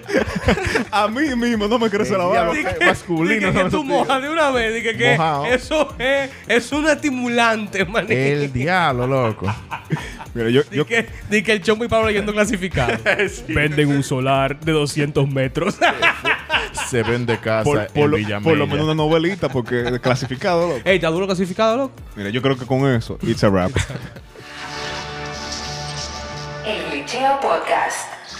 [SPEAKER 4] a mí mismo no me crece la barba.
[SPEAKER 3] Diablo, qué masculino.
[SPEAKER 2] Dije que
[SPEAKER 3] son
[SPEAKER 2] tú
[SPEAKER 3] esos tigres.
[SPEAKER 2] mojas de una vez. Dije que
[SPEAKER 3] Mojao.
[SPEAKER 2] eso es, es un estimulante, manín.
[SPEAKER 3] El diablo, loco.
[SPEAKER 4] Mira, yo, yo,
[SPEAKER 2] Dije que, di que el Chombo y Pablo yendo clasificado.
[SPEAKER 1] Venden un solar de 200 metros.
[SPEAKER 3] Se vende casa
[SPEAKER 4] por, por
[SPEAKER 3] en
[SPEAKER 4] lo,
[SPEAKER 3] Villa
[SPEAKER 4] por lo
[SPEAKER 3] Mella.
[SPEAKER 4] menos una novelita, porque es clasificado, loco.
[SPEAKER 2] ey, ¿está duro clasificado, loco?
[SPEAKER 4] Mira, yo creo que con eso, it's a wrap.
[SPEAKER 5] El Liceo Podcast.